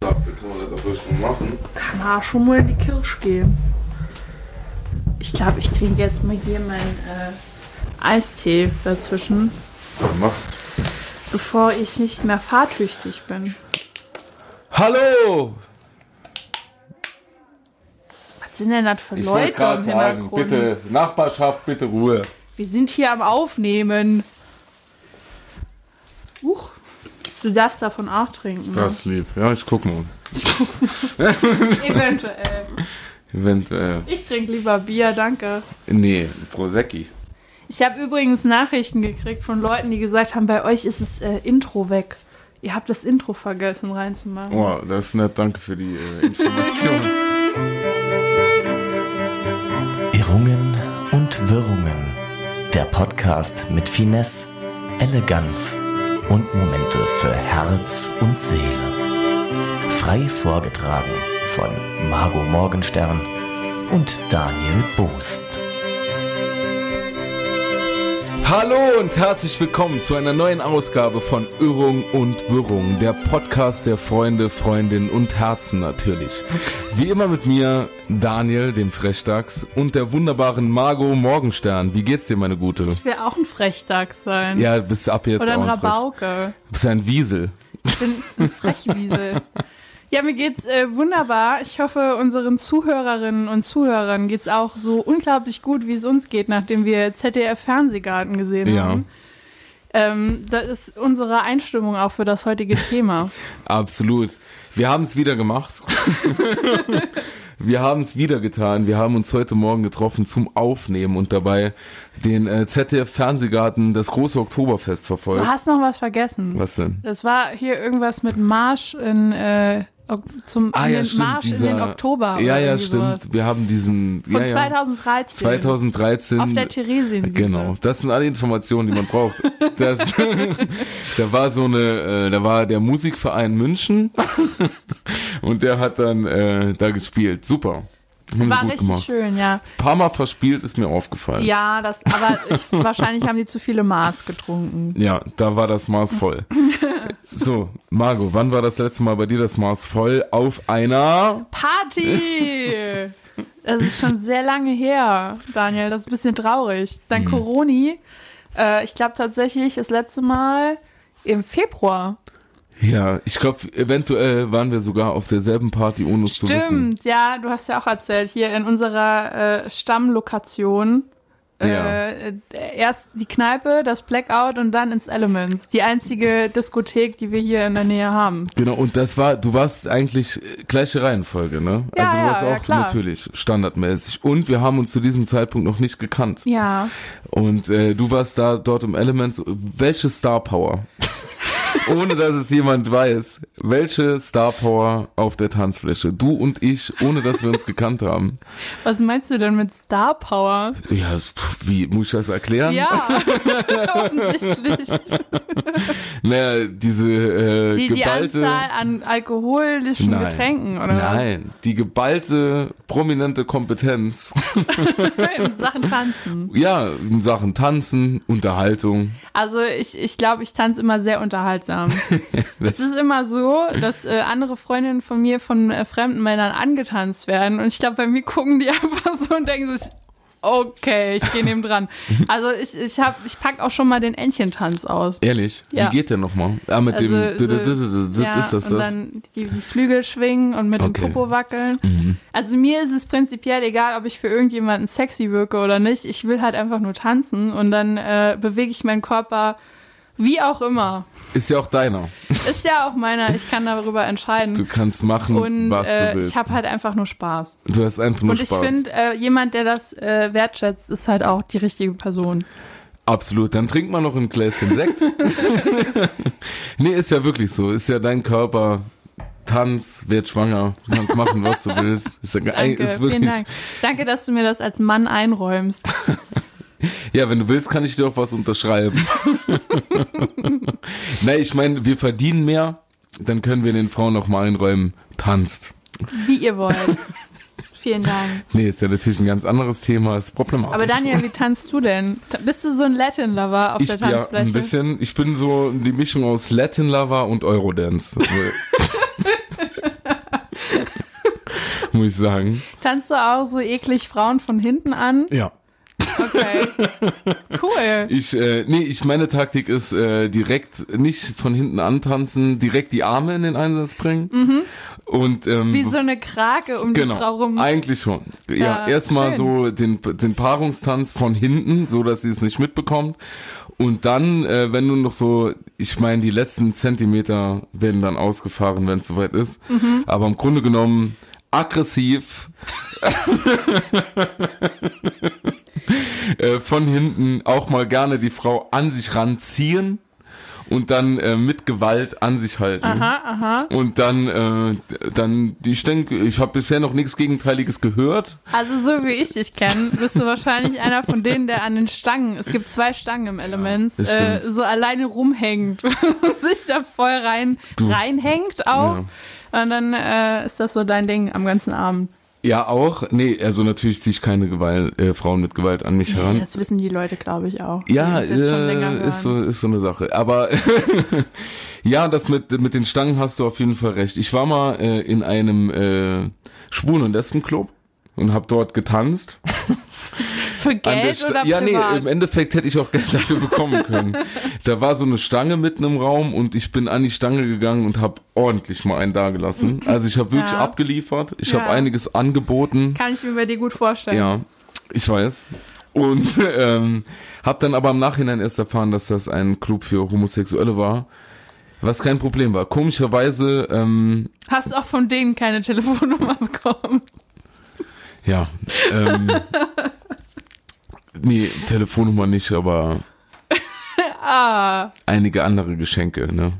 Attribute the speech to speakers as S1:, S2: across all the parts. S1: Kann man das auf Rüstung machen?
S2: Kann man auch schon mal in die Kirche gehen. Ich glaube, ich trinke jetzt mal hier meinen äh, Eistee dazwischen,
S1: Dann mach.
S2: bevor ich nicht mehr fahrtüchtig bin.
S3: Hallo!
S2: Was sind denn das für
S3: Ich
S2: Leute
S3: wollte gerade
S2: im
S3: sagen,
S2: Hintergrund?
S3: bitte Nachbarschaft, bitte Ruhe.
S2: Wir sind hier am Aufnehmen. Huch. Du darfst davon auch trinken. ne?
S1: Das ist lieb. Ja, ich guck mal.
S2: Eventuell.
S1: Eventuell.
S2: Ich trinke lieber Bier, danke.
S1: Nee, Prosecki.
S2: Ich habe übrigens Nachrichten gekriegt von Leuten, die gesagt haben, bei euch ist das äh, Intro weg. Ihr habt das Intro vergessen reinzumachen.
S1: Oh, das ist nett. Danke für die äh, Information.
S4: Irrungen und Wirrungen. Der Podcast mit Finesse, Eleganz und Momente für Herz und Seele. Frei vorgetragen von Margot Morgenstern und Daniel Boost.
S3: Hallo und herzlich willkommen zu einer neuen Ausgabe von Irrung und Wirrung, der Podcast der Freunde, Freundinnen und Herzen natürlich. Wie immer mit mir, Daniel, dem Frechdachs und der wunderbaren Margot Morgenstern. Wie geht's dir, meine Gute?
S2: Ich will auch ein Frechdachs sein.
S3: Ja, bist ab jetzt
S2: Oder ein
S3: auch ein Frech.
S2: Rabauke.
S3: Bist ein Wiesel.
S2: Ich bin ein Frechwiesel. Ja, mir geht's äh, wunderbar. Ich hoffe, unseren Zuhörerinnen und Zuhörern geht's auch so unglaublich gut, wie es uns geht, nachdem wir ZDF Fernsehgarten gesehen
S3: Ja.
S2: haben. Ähm, das ist unsere Einstimmung auch für das heutige Thema.
S3: Absolut. Wir haben es wieder gemacht. Wir haben es wieder getan. Wir haben uns heute Morgen getroffen zum Aufnehmen und dabei den äh, ZDF Fernsehgarten, das große Oktoberfest
S2: Du
S3: verfolgt.
S2: hast noch was vergessen.
S3: Was denn?
S2: Das war hier irgendwas mit Marsch in äh, Ok- zum
S3: Ah,
S2: in den Marsch in den Oktober.
S3: Ja,
S2: oder
S3: ja,
S2: irgendwie
S3: stimmt.
S2: Sowas.
S3: Wir haben diesen
S2: Von
S3: ja, ja,
S2: 2013.
S3: 2013
S2: Auf der Theresienwiese.
S3: Genau, das sind alle Informationen, die man braucht. Das, da war so eine, äh, da war der Musikverein München und der hat dann äh, da gespielt. Super. Haben sie
S2: War
S3: gut
S2: richtig
S3: gemacht.
S2: schön, ja.
S3: Ein paar Mal verspielt ist mir aufgefallen.
S2: Ja, das, aber ich, wahrscheinlich haben die zu viele Maß getrunken.
S3: Ja, da war das Maß voll. So, Margot, wann war das letzte Mal bei dir das Maß voll? Auf einer.
S2: Party! Das ist schon sehr lange her, Daniel. Das ist ein bisschen traurig. Dann
S3: Mhm.
S2: Coroni. Äh, ich glaube tatsächlich das letzte Mal im Februar.
S3: Ja, ich glaube, eventuell waren wir sogar auf derselben Party, ohne es zu wissen.
S2: Stimmt, ja, du hast ja auch erzählt, hier in unserer äh, Stammlokation.
S3: Ja.
S2: Äh, erst die Kneipe, das Blackout und dann ins Elements. Die einzige Diskothek, die wir hier in der Nähe haben.
S3: Genau, und das war, du warst eigentlich äh, gleiche Reihenfolge, ne?
S2: Ja,
S3: also du
S2: ja,
S3: warst
S2: ja,
S3: auch
S2: klar.
S3: natürlich standardmäßig. Und wir haben uns zu diesem Zeitpunkt noch nicht gekannt.
S2: Ja.
S3: Und äh, du warst da dort im Elements. Welche Star Power? ohne dass es jemand weiß. Welche Star Power auf der Tanzfläche? Du und ich, ohne dass wir uns gekannt haben.
S2: Was meinst du denn mit Star Power?
S3: Ja, pff, wie muss ich das erklären?
S2: Ja, offensichtlich.
S3: Naja, diese äh,
S2: Die, die
S3: geballte.
S2: Anzahl an alkoholischen Getränken oder
S3: Nein, die geballte, prominente Kompetenz.
S2: was? in Ne, Sachen Tanzen.
S3: Ja, in Sachen Tanzen, Unterhaltung.
S2: Also ich, ich glaube, ich tanze immer sehr unterhaltsam. es ist immer so, dass äh, andere Freundinnen von mir von äh, fremden Männern angetanzt werden und ich glaube, bei mir gucken die einfach so und denken sich, okay, ich gehe neben dran. Also ich, ich, hab- ich packe auch schon mal den Entchentanz aus.
S3: Ehrlich,
S2: Ja.
S3: wie geht der nochmal? Ah, mit
S2: Also,
S3: dem.
S2: so,
S3: Ja,
S2: ja,
S3: ist das
S2: und
S3: das?
S2: dann die, die Flügel schwingen und mit
S3: Okay. Mhm.
S2: dem Popo wackeln. Also mir ist es prinzipiell egal, ob ich für irgendjemanden sexy wirke oder nicht. Ich will halt einfach nur tanzen und dann äh, bewege ich meinen Körper wie auch immer.
S3: Ist ja auch deiner.
S2: Ist ja auch meiner, ich kann darüber
S3: Du
S2: entscheiden.
S3: kannst machen,
S2: Und
S3: was
S2: äh,
S3: du willst.
S2: ich habe halt einfach nur Spaß.
S3: du hast einfach nur
S2: und ich
S3: Spaß.
S2: finde, äh, jemand, der das äh, wertschätzt, ist halt auch die richtige Person.
S3: Absolut. Dann trink mal noch ein Gläschen Sekt. nee, ist ja wirklich so. Ist ja dein Körper. Tanz, werd schwanger, du kannst machen, was du willst. Ist, ja, ge-
S2: Danke,
S3: ist wirklich,
S2: vielen Dank. Danke, dass du mir das als Mann einräumst.
S3: Ja, wenn du willst, kann ich dir auch was unterschreiben. Na, ich meine, wir verdienen mehr, dann können wir den Frauen noch mal einräumen, tanzt.
S2: Wie ihr wollt. vielen Dank.
S3: Nee, ist ja natürlich ein ganz anderes Thema, ist problematisch.
S2: Aber Daniel, wie tanzt du denn? Ta- Bist du so ein Latin-Lover auf
S3: ich,
S2: der
S3: ja,
S2: Tanzfläche?
S3: ein bisschen, ich bin so die Mischung aus Latin Lover und Eurodance. Also, muss ich sagen.
S2: Tanzt du auch so eklig Frauen von hinten an?
S3: Ja.
S2: Okay. Cool.
S3: Ich, äh, nee, ich meine Taktik ist äh, direkt nicht von hinten antanzen, direkt die Arme in den Einsatz bringen.
S2: Mhm.
S3: Und ähm,
S2: Wie so eine Krake um die Frau rum.
S3: Genau. Eigentlich schon. Ja,
S2: Ja,
S3: erstmal
S2: schön.
S3: so den, den Paarungstanz von hinten, so dass sie es nicht mitbekommt. Und dann, äh, wenn du noch so, ich meine, die letzten Zentimeter werden dann ausgefahren, wenn es soweit ist.
S2: Mhm.
S3: Aber im Grunde genommen aggressiv äh, von hinten auch mal gerne die Frau an sich ranziehen und dann äh, mit Gewalt an sich halten.
S2: Aha, aha.
S3: Und dann, äh, dann, ich denke, ich habe bisher noch nichts Gegenteiliges gehört.
S2: Also so wie ich dich kenne, bist du wahrscheinlich einer von denen, der an den Stangen, es gibt zwei Stangen im Elements,
S3: das
S2: äh,
S3: stimmt.
S2: so alleine rumhängt und sich da voll rein reinhängt auch. Und dann äh, ist das so dein Ding am ganzen Abend.
S3: Ja, auch. Nee, also natürlich ziehe ich keine Gewalt, äh, Frauen mit Gewalt an mich
S2: Nee,
S3: heran.
S2: das wissen die Leute, glaube ich, auch. die
S3: Ja,
S2: uns jetzt schon länger
S3: äh,
S2: hören.
S3: ist, so, ist so eine Sache. Aber ja, das mit, mit den Stangen hast du auf jeden Fall recht. Ich war mal äh, in einem äh, Schwulen- und Lesbenclub und habe dort getanzt.
S2: Für
S3: An der
S2: Geld
S3: Sta-
S2: oder
S3: ja,
S2: privat?
S3: nee, im Endeffekt hätte ich auch Geld dafür bekommen können. da war so eine Stange mitten im Raum und ich bin an die Stange gegangen und habe ordentlich mal einen dagelassen. Also ich habe wirklich
S2: Ja.
S3: abgeliefert, ich
S2: Ja.
S3: habe einiges angeboten.
S2: Kann ich mir bei dir gut vorstellen.
S3: Ja, ich weiß. Und ähm, habe dann aber im Nachhinein erst erfahren, dass das ein Club für Homosexuelle war, was kein Problem war. Komischerweise, ähm,
S2: Hast auch von denen keine Telefonnummer bekommen.
S3: ja, ähm, nee, Telefonnummer nicht, aber
S2: Ah,
S3: einige andere Geschenke, ne?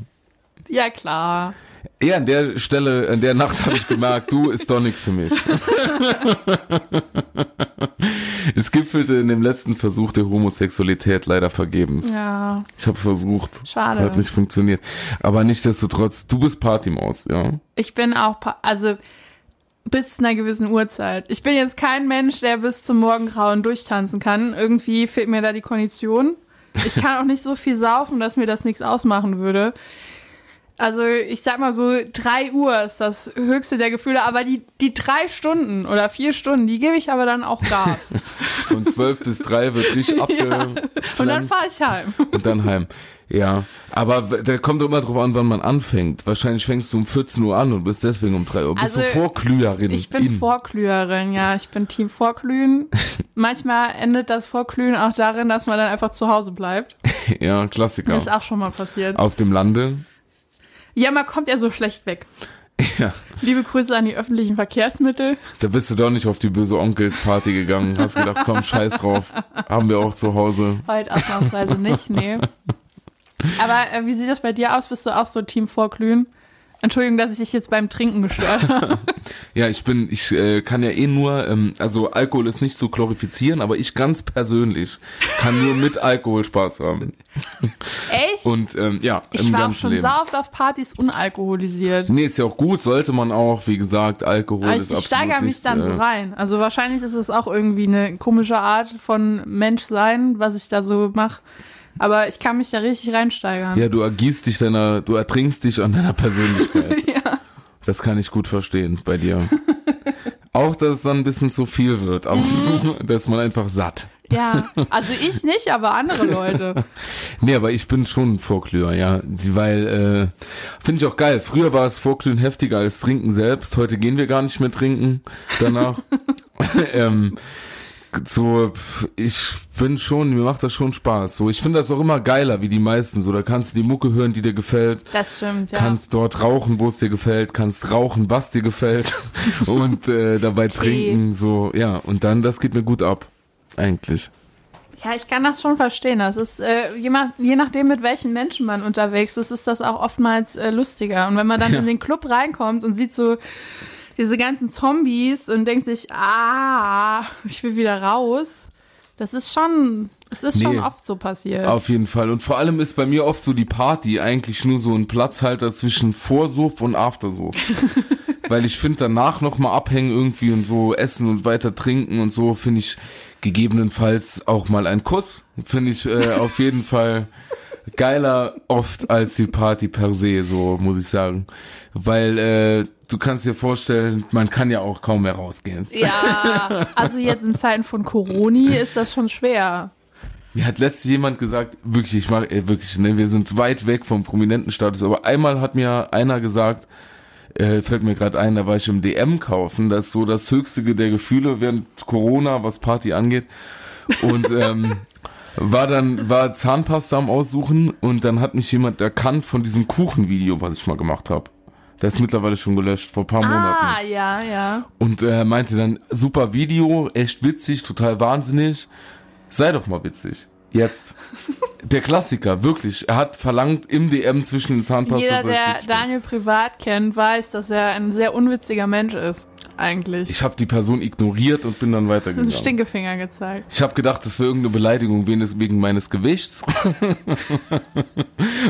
S2: ja klar.
S3: Ja, an der Stelle, an der Nacht habe ich gemerkt, du ist doch nichts für mich. es gipfelte in dem letzten Versuch der Homosexualität leider vergebens.
S2: Ja,
S3: Ich habe es versucht.
S2: Schade.
S3: Hat nicht funktioniert. Aber nichtsdestotrotz, du bist Partymaus, ja?
S2: ich bin auch, pa- also bis zu einer gewissen Uhrzeit. Ich bin jetzt kein Mensch, der bis zum Morgengrauen durchtanzen kann. Irgendwie fehlt mir da die Kondition. Ich kann auch nicht so viel saufen, dass mir das nichts ausmachen würde. Also ich sag mal so, drei Uhr ist das höchste der Gefühle, aber die, die drei Stunden oder vier Stunden, die gebe ich aber dann auch Gas.
S3: Von zwölf bis drei wird nicht
S2: Und dann
S3: abgepflanzt
S2: fahre ich heim.
S3: und dann heim. Ja, aber w- da kommt doch immer drauf an, wann man anfängt. Wahrscheinlich fängst du um 14 Uhr an und bist deswegen um 3 Uhr. Bist du
S2: Also,
S3: Vorglüherin?
S2: Ich bin
S3: in.
S2: Vorklüherin, ja. Ich bin Team Vorklühen. Manchmal endet das Vorklühen auch darin, dass man dann einfach zu Hause bleibt.
S3: Ja, Klassiker.
S2: Ist auch schon mal passiert.
S3: Auf dem Lande.
S2: Ja, man kommt ja so schlecht weg.
S3: Ja.
S2: Liebe Grüße an die öffentlichen Verkehrsmittel.
S3: Da bist du doch nicht auf die böse Onkels Party gegangen. Hast gedacht, komm, scheiß drauf. Haben wir auch zu Hause.
S2: Heute ausnahmsweise nicht, nee. Aber äh, wie sieht das bei dir aus? Bist du auch so Team Vorklühen? Entschuldigung, dass ich dich jetzt beim Trinken gestört habe.
S3: Ja, ich bin, ich äh, kann ja eh nur, ähm, also Alkohol ist nicht zu glorifizieren, aber ich ganz persönlich kann nur mit Alkohol Spaß haben.
S2: Echt?
S3: Und ähm, ja, im
S2: ich war auch
S3: ganzen
S2: schon
S3: Leben.
S2: sau oft auf Partys unalkoholisiert.
S3: Nee, ist ja auch gut, sollte man auch, wie gesagt, Alkohol
S2: Aber
S3: ist
S2: Ah, ich, ich
S3: absolut
S2: steigere mich
S3: nichts,
S2: dann
S3: äh,
S2: so rein. Also wahrscheinlich ist es auch irgendwie eine komische Art von Menschsein, was ich da so mache. Aber ich kann mich da richtig reinsteigern.
S3: Ja, du ergießt dich deiner, du ertrinkst dich an deiner Persönlichkeit. Das kann ich gut verstehen bei dir. Auch, dass es dann ein bisschen zu viel wird, aber so, dass man einfach satt.
S2: Ja. Also ich nicht, aber andere Leute.
S3: Nee, aber ich bin schon ein Vorglüher, ja. Die- Weil, äh, finde ich auch geil. Früher war es Vorglühen heftiger als Trinken selbst. Heute gehen wir gar nicht mehr trinken. Danach. ähm, so, pf, ich bin schon, mir macht das schon Spaß. So, ich finde das auch immer geiler wie die meisten. So, da kannst du die Mucke hören, die dir gefällt.
S2: Das stimmt, ja.
S3: Kannst dort rauchen, wo es dir gefällt, kannst rauchen, was dir gefällt und äh, dabei trinken, so, ja. Und dann, das geht mir gut ab, eigentlich.
S2: ja, ich kann das schon verstehen. Das ist, äh, jemand, je nachdem, mit welchen Menschen man unterwegs ist, ist das auch oftmals äh, lustiger. Und wenn man dann in den Club reinkommt und sieht so diese ganzen Zombies und denkt sich, ah, ich will wieder raus. Das ist schon, es ist
S3: Nee.
S2: schon oft so passiert.
S3: Auf jeden Fall. Und vor allem ist bei mir oft so die Party eigentlich nur so ein Platzhalter zwischen Vorsuff und Aftersuff. Weil ich finde, danach nochmal abhängen irgendwie und so essen und weiter trinken und so, finde ich gegebenenfalls auch mal einen Kuss. Finde ich äh, auf jeden Fall geiler oft als die Party per se, so muss ich sagen. Weil äh, du kannst dir vorstellen, man kann ja auch kaum mehr rausgehen.
S2: Ja, also jetzt in Zeiten von Corona ist das schon schwer.
S3: Mir hat letztens jemand gesagt, wirklich, ich mache äh, wirklich, ne, wir sind weit weg vom prominenten Status, aber einmal hat mir einer gesagt, äh, fällt mir gerade ein, da war ich im DM kaufen, das ist so das höchste der Gefühle während Corona, was Party angeht. Und ähm, war dann war Zahnpasta am aussuchen und dann hat mich jemand erkannt von diesem Kuchenvideo, was ich mal gemacht habe. Das ist mittlerweile schon gelöscht vor ein paar Monaten.
S2: Ah, ja, ja.
S3: Und äh, meinte dann, super Video, echt witzig, total wahnsinnig. Sei doch mal witzig. Jetzt. Der Klassiker, wirklich. Er hat verlangt im DM zwischen den Zahnpasta.
S2: Jeder,
S3: dass ich
S2: der
S3: witzig bin.
S2: Daniel privat kennt, weiß, dass er ein sehr unwitziger Mensch ist, eigentlich.
S3: ich habe die Person ignoriert und bin dann
S2: Einen
S3: weitergegangen.
S2: Stinkefinger gezeigt.
S3: Ich habe gedacht, das wäre irgendeine Beleidigung wegen wegen meines Gewichts.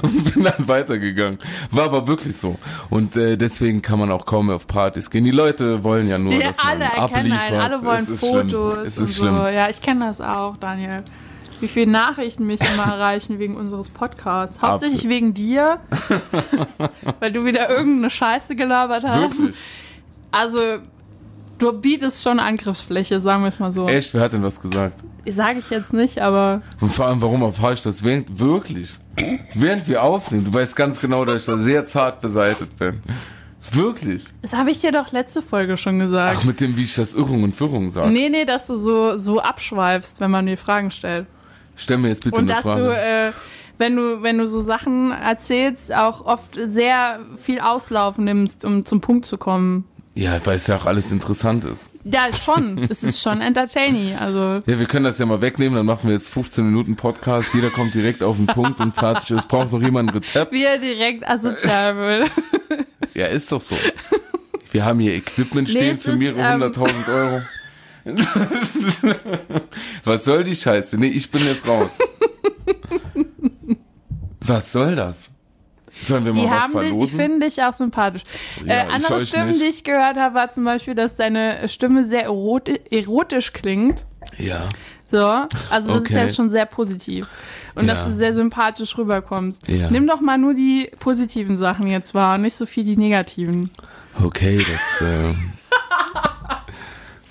S3: und bin dann weitergegangen. War aber wirklich so. Und äh, deswegen kann man auch kaum mehr auf Partys gehen. Die Leute wollen ja nur,
S2: Ja,
S3: dass man
S2: alle erkennen
S3: abliefert.
S2: einen, alle wollen
S3: es ist
S2: Fotos
S3: Schlimm. Es
S2: und
S3: ist
S2: so.
S3: schlimm.
S2: Ja, ich kenne das auch, Daniel. Wie viele Nachrichten mich immer erreichen wegen unseres Podcasts. Hauptsächlich
S3: Absolut.
S2: wegen dir, weil du wieder irgendeine Scheiße gelabert hast.
S3: Wirklich.
S2: Also, du bietest schon Angriffsfläche, sagen wir es mal so.
S3: Echt, wer hat denn was gesagt?
S2: Sage ich jetzt nicht, aber
S3: Und vor allem, warum erfahre ich das? Während, wirklich. Während wir aufnehmen. Du weißt ganz genau, dass ich da sehr zart beseitigt bin. Wirklich.
S2: das habe ich dir doch letzte Folge schon
S3: Ach,
S2: gesagt.
S3: mit dem, wie ich das Irrung und Wirrung sage.
S2: nee, nee, dass du so, so abschweifst, wenn man dir Fragen stellt.
S3: Stell mir jetzt bitte
S2: Und
S3: eine
S2: dass
S3: Frage.
S2: du, äh, wenn du, wenn du so Sachen erzählst, auch oft sehr viel Auslauf nimmst, um zum Punkt zu kommen.
S3: ja, weil es ja auch alles interessant ist.
S2: Ja, schon. es ist schon entertaining. Also
S3: Ja, wir können das ja mal wegnehmen, dann machen wir jetzt 15 Minuten Podcast, jeder kommt direkt auf den Punkt und fertig. Es braucht noch jemand ein Rezept.
S2: wie er direkt asozial wird.
S3: Ja, ist doch so. Wir haben hier Equipment
S2: Nee,
S3: stehen
S2: es
S3: für
S2: ist,
S3: mehrere
S2: ähm,
S3: hunderttausend Euro. Was soll die Scheiße? Nee, ich bin jetzt raus. Was soll das? Sollen wir
S2: Die
S3: mal was
S2: haben dich, ich
S3: verlosen?
S2: finde dich auch sympathisch.
S3: Ja,
S2: äh,
S3: ich
S2: andere
S3: euch
S2: Stimmen,
S3: nicht.
S2: die ich gehört habe, war zum Beispiel, dass deine Stimme sehr eroti erotisch klingt.
S3: ja.
S2: So, also das ist
S3: Okay.
S2: ja schon sehr positiv. Und dass
S3: Ja.
S2: du sehr sympathisch rüberkommst.
S3: Ja.
S2: Nimm doch mal nur die positiven Sachen jetzt wahr und nicht so viel die negativen.
S3: Okay, das äh,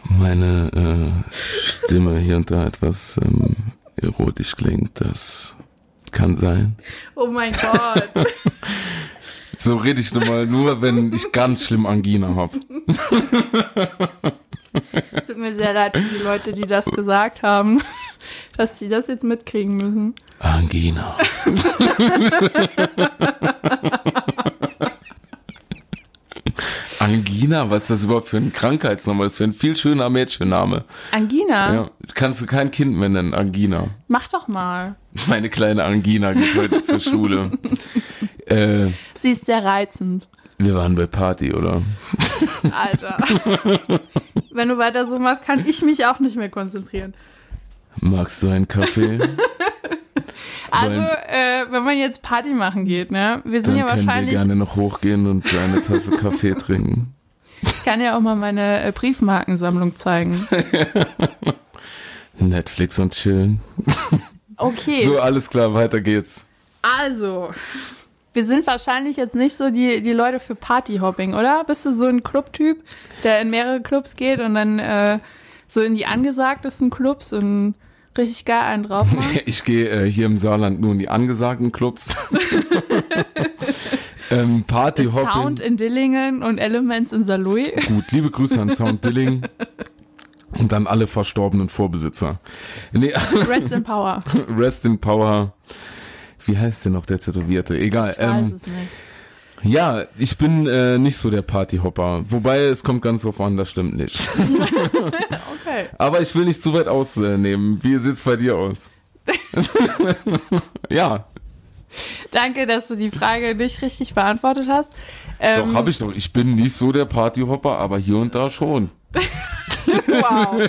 S3: meine äh, Stimme hier und da etwas ähm, erotisch klingt, das kann sein.
S2: Oh mein Gott.
S3: So rede ich nun mal nur, wenn ich ganz schlimm Angina habe.
S2: Tut mir sehr leid für die Leute, die das gesagt haben, dass die das jetzt mitkriegen müssen.
S3: Angina. Angina, was ist das überhaupt für ein Krankheitsname? Das wäre ein viel schöner Mädchenname.
S2: Angina,
S3: Ja, kannst du kein Kind mehr nennen, Angina.
S2: mach doch mal.
S3: Meine kleine Angina geht heute zur Schule. Äh,
S2: Sie ist sehr reizend.
S3: wir waren bei Party, oder?
S2: Alter. Wenn du weiter so machst, kann ich mich auch nicht mehr konzentrieren.
S3: Magst du einen Kaffee?
S2: Also,
S3: Wollen-
S2: äh, wenn man jetzt Party machen geht, ne? Wir sind
S3: Dann
S2: ja
S3: können wir
S2: wahrscheinlich,
S3: gerne noch hochgehen und eine Tasse Kaffee trinken.
S2: ich kann ja auch mal meine äh, Briefmarkensammlung zeigen.
S3: Netflix und chillen.
S2: Okay,
S3: So, alles klar, weiter geht's.
S2: also. Wir sind wahrscheinlich jetzt nicht so die, die Leute für Partyhopping, oder? Bist du so ein Clubtyp, der in mehrere Clubs geht und dann äh, so in die angesagtesten Clubs und richtig geil einen drauf macht?
S3: Ich gehe äh, hier im Saarland nur in die angesagten Clubs. ähm, Party
S2: Sound in Dillingen und Elements in Saloy.
S3: Gut, liebe Grüße an Sound Dilling. Und an alle verstorbenen Vorbesitzer. Nee,
S2: Rest in Power.
S3: Rest in Power. Wie heißt denn noch der Tätowierte? Egal.
S2: Ich weiß
S3: ähm,
S2: es nicht.
S3: Ja, ich bin äh, nicht so der Partyhopper. Wobei, es kommt ganz drauf an, das stimmt nicht.
S2: Okay.
S3: Aber ich will nicht zu weit ausnehmen. Wie sieht's bei dir aus? ja,
S2: Danke, dass du die Frage nicht richtig beantwortet hast. Ähm,
S3: doch, habe ich doch. Ich bin nicht so der Partyhopper, aber hier und da schon.
S2: Wow.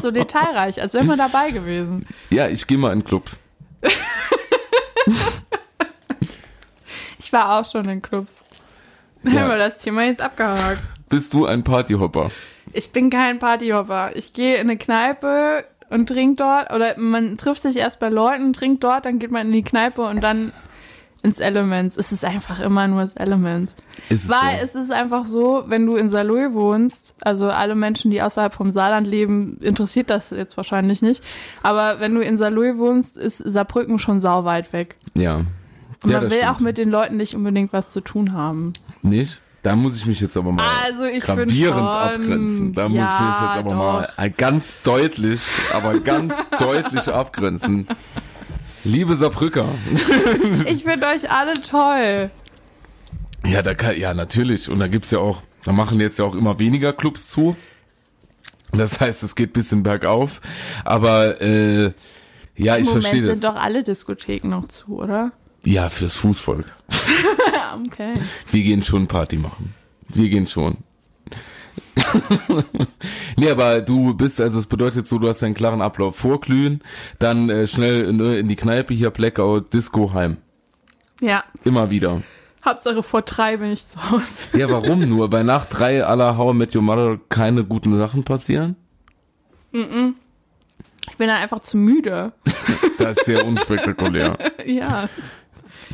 S2: So detailreich, als wären wir dabei gewesen.
S3: Ja, ich gehe mal in Clubs.
S2: Ich war auch schon in Clubs.
S3: Ja.
S2: Haben wir das Thema jetzt abgehakt.
S3: Bist du ein Partyhopper?
S2: Ich bin kein Partyhopper. Ich gehe in eine Kneipe, und trinkt dort. Oder man trifft sich erst bei Leuten, trinkt dort, dann geht man in die Kneipe und dann ins Elements. Es ist einfach immer nur das Elements.
S3: Ist es
S2: Weil
S3: so?
S2: es ist einfach so, wenn du in Saloy wohnst, also alle Menschen, die außerhalb vom Saarland leben, interessiert das jetzt wahrscheinlich nicht. Aber wenn du in Saloy wohnst, ist Saarbrücken schon sauweit weg.
S3: Ja.
S2: Und
S3: Ja,
S2: man
S3: das
S2: will
S3: stimmt.
S2: auch mit den Leuten nicht unbedingt was zu tun haben.
S3: Nicht? Da muss ich mich jetzt aber mal
S2: Also ich find
S3: gravierend
S2: schon,
S3: abgrenzen. Da muss ich mich
S2: ja,
S3: jetzt aber
S2: doch.
S3: mal ganz deutlich, aber ganz deutlich abgrenzen. Liebe Saarbrücker.
S2: Ich finde euch alle toll.
S3: Ja, da kann, ja, natürlich. Und da gibt's ja auch, da machen jetzt ja auch immer weniger Clubs zu. Das heißt, es geht bisschen bergauf. Aber äh, ja, ich
S2: Im Moment
S3: verstehe das.
S2: sind doch alle Diskotheken noch zu, oder?
S3: ja, fürs Fußvolk.
S2: Ja, okay.
S3: Wir gehen schon Party machen. Wir gehen schon. nee, aber du bist, also es bedeutet so, du hast einen klaren Ablauf. Vorglühen, dann äh, schnell ne, in die Kneipe hier, Blackout, Disco heim.
S2: Ja,
S3: Immer wieder.
S2: Hauptsache vor drei bin ich zu Hause.
S3: Ja, warum nur? Bei Nacht drei aller How I Met Your Mother keine guten Sachen passieren?
S2: Ich bin dann einfach zu müde.
S3: Das ist sehr unspektakulär.
S2: Ja.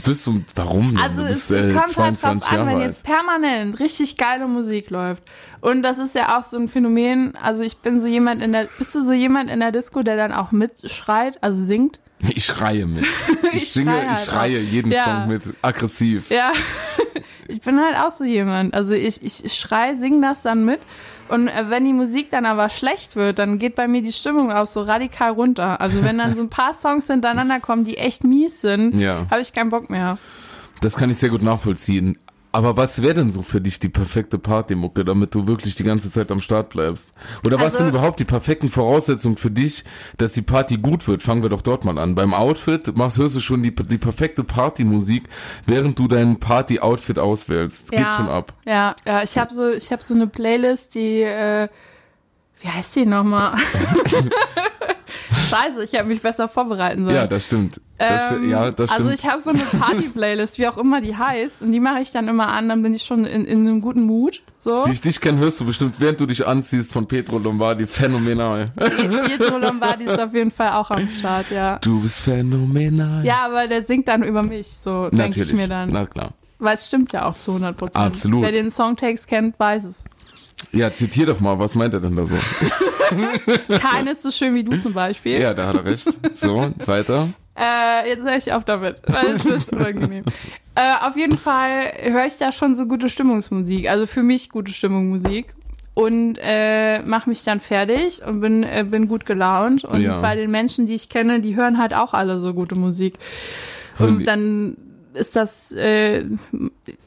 S3: Bist du, warum? denn?
S2: Also
S3: du bist,
S2: es, es
S3: äh,
S2: kommt halt drauf
S3: 22
S2: an,
S3: Jahre
S2: wenn
S3: alt.
S2: jetzt permanent richtig geile Musik läuft. Und das ist ja auch so ein Phänomen. Also ich bin so jemand in der. Bist du so jemand in der Disco, der dann auch mitschreit, also singt?
S3: Ich schreie mit. Ich,
S2: Ich
S3: singe,
S2: schreie halt
S3: ich schreie
S2: auch.
S3: jeden
S2: Ja.
S3: Song mit. Aggressiv.
S2: Ja. Ich bin halt auch so jemand. Also ich, ich schrei, sing das dann mit. Und äh, wenn die Musik dann aber schlecht wird, dann geht bei mir die Stimmung auch so radikal runter. Also wenn dann so ein paar Songs hintereinander kommen, die echt mies sind,
S3: Ja.
S2: habe ich keinen Bock mehr.
S3: Das kann ich sehr gut nachvollziehen. Aber was wäre denn so für dich die perfekte Partymucke, damit du wirklich die ganze Zeit am Start bleibst? Oder was
S2: Also-
S3: sind überhaupt die perfekten Voraussetzungen für dich, dass die Party gut wird? Fangen wir doch dort mal an. Beim Outfit machst, hörst du schon die, die perfekte Partymusik, während du dein Party-Outfit auswählst. Geht schon ab.
S2: Ja, ja. Ich habe so, ich hab so eine Playlist, die, äh, wie heißt die nochmal? Scheiße, ich hätte mich besser vorbereiten sollen.
S3: Ja, das stimmt. Das,
S2: Ähm,
S3: ja, das stimmt.
S2: Also ich habe so eine Party-Playlist, wie auch immer die heißt, und die mache ich dann immer an, dann bin ich schon in, in einem guten Mut. So.
S3: Wie ich dich kenne, hörst du bestimmt, während du dich anziehst von Petro Lombardi, phänomenal.
S2: Pietro Lombardi ist auf jeden Fall auch am Start, ja.
S3: Du bist phänomenal.
S2: Ja, aber der singt dann über mich, so denke
S3: natürlich.
S2: ich mir dann.
S3: Na klar.
S2: Weil es stimmt ja auch zu 100 Prozent.
S3: Absolut.
S2: Wer den Songtext kennt, weiß es.
S3: Ja, zitier doch mal, was meint er denn da so?
S2: Kein ist so schön wie du zum Beispiel.
S3: ja, da hat er recht. So, weiter.
S2: Äh, jetzt höre ich auf damit, weil es wird unangenehm. Äh, auf jeden Fall höre ich da schon so gute Stimmungsmusik, also für mich gute Stimmungsmusik und äh, mache mich dann fertig und bin, äh, bin gut gelaunt. Und
S3: Ja.
S2: bei den Menschen, die ich kenne, die hören halt auch alle so gute Musik.
S3: Und-
S2: Und dann ist das, äh,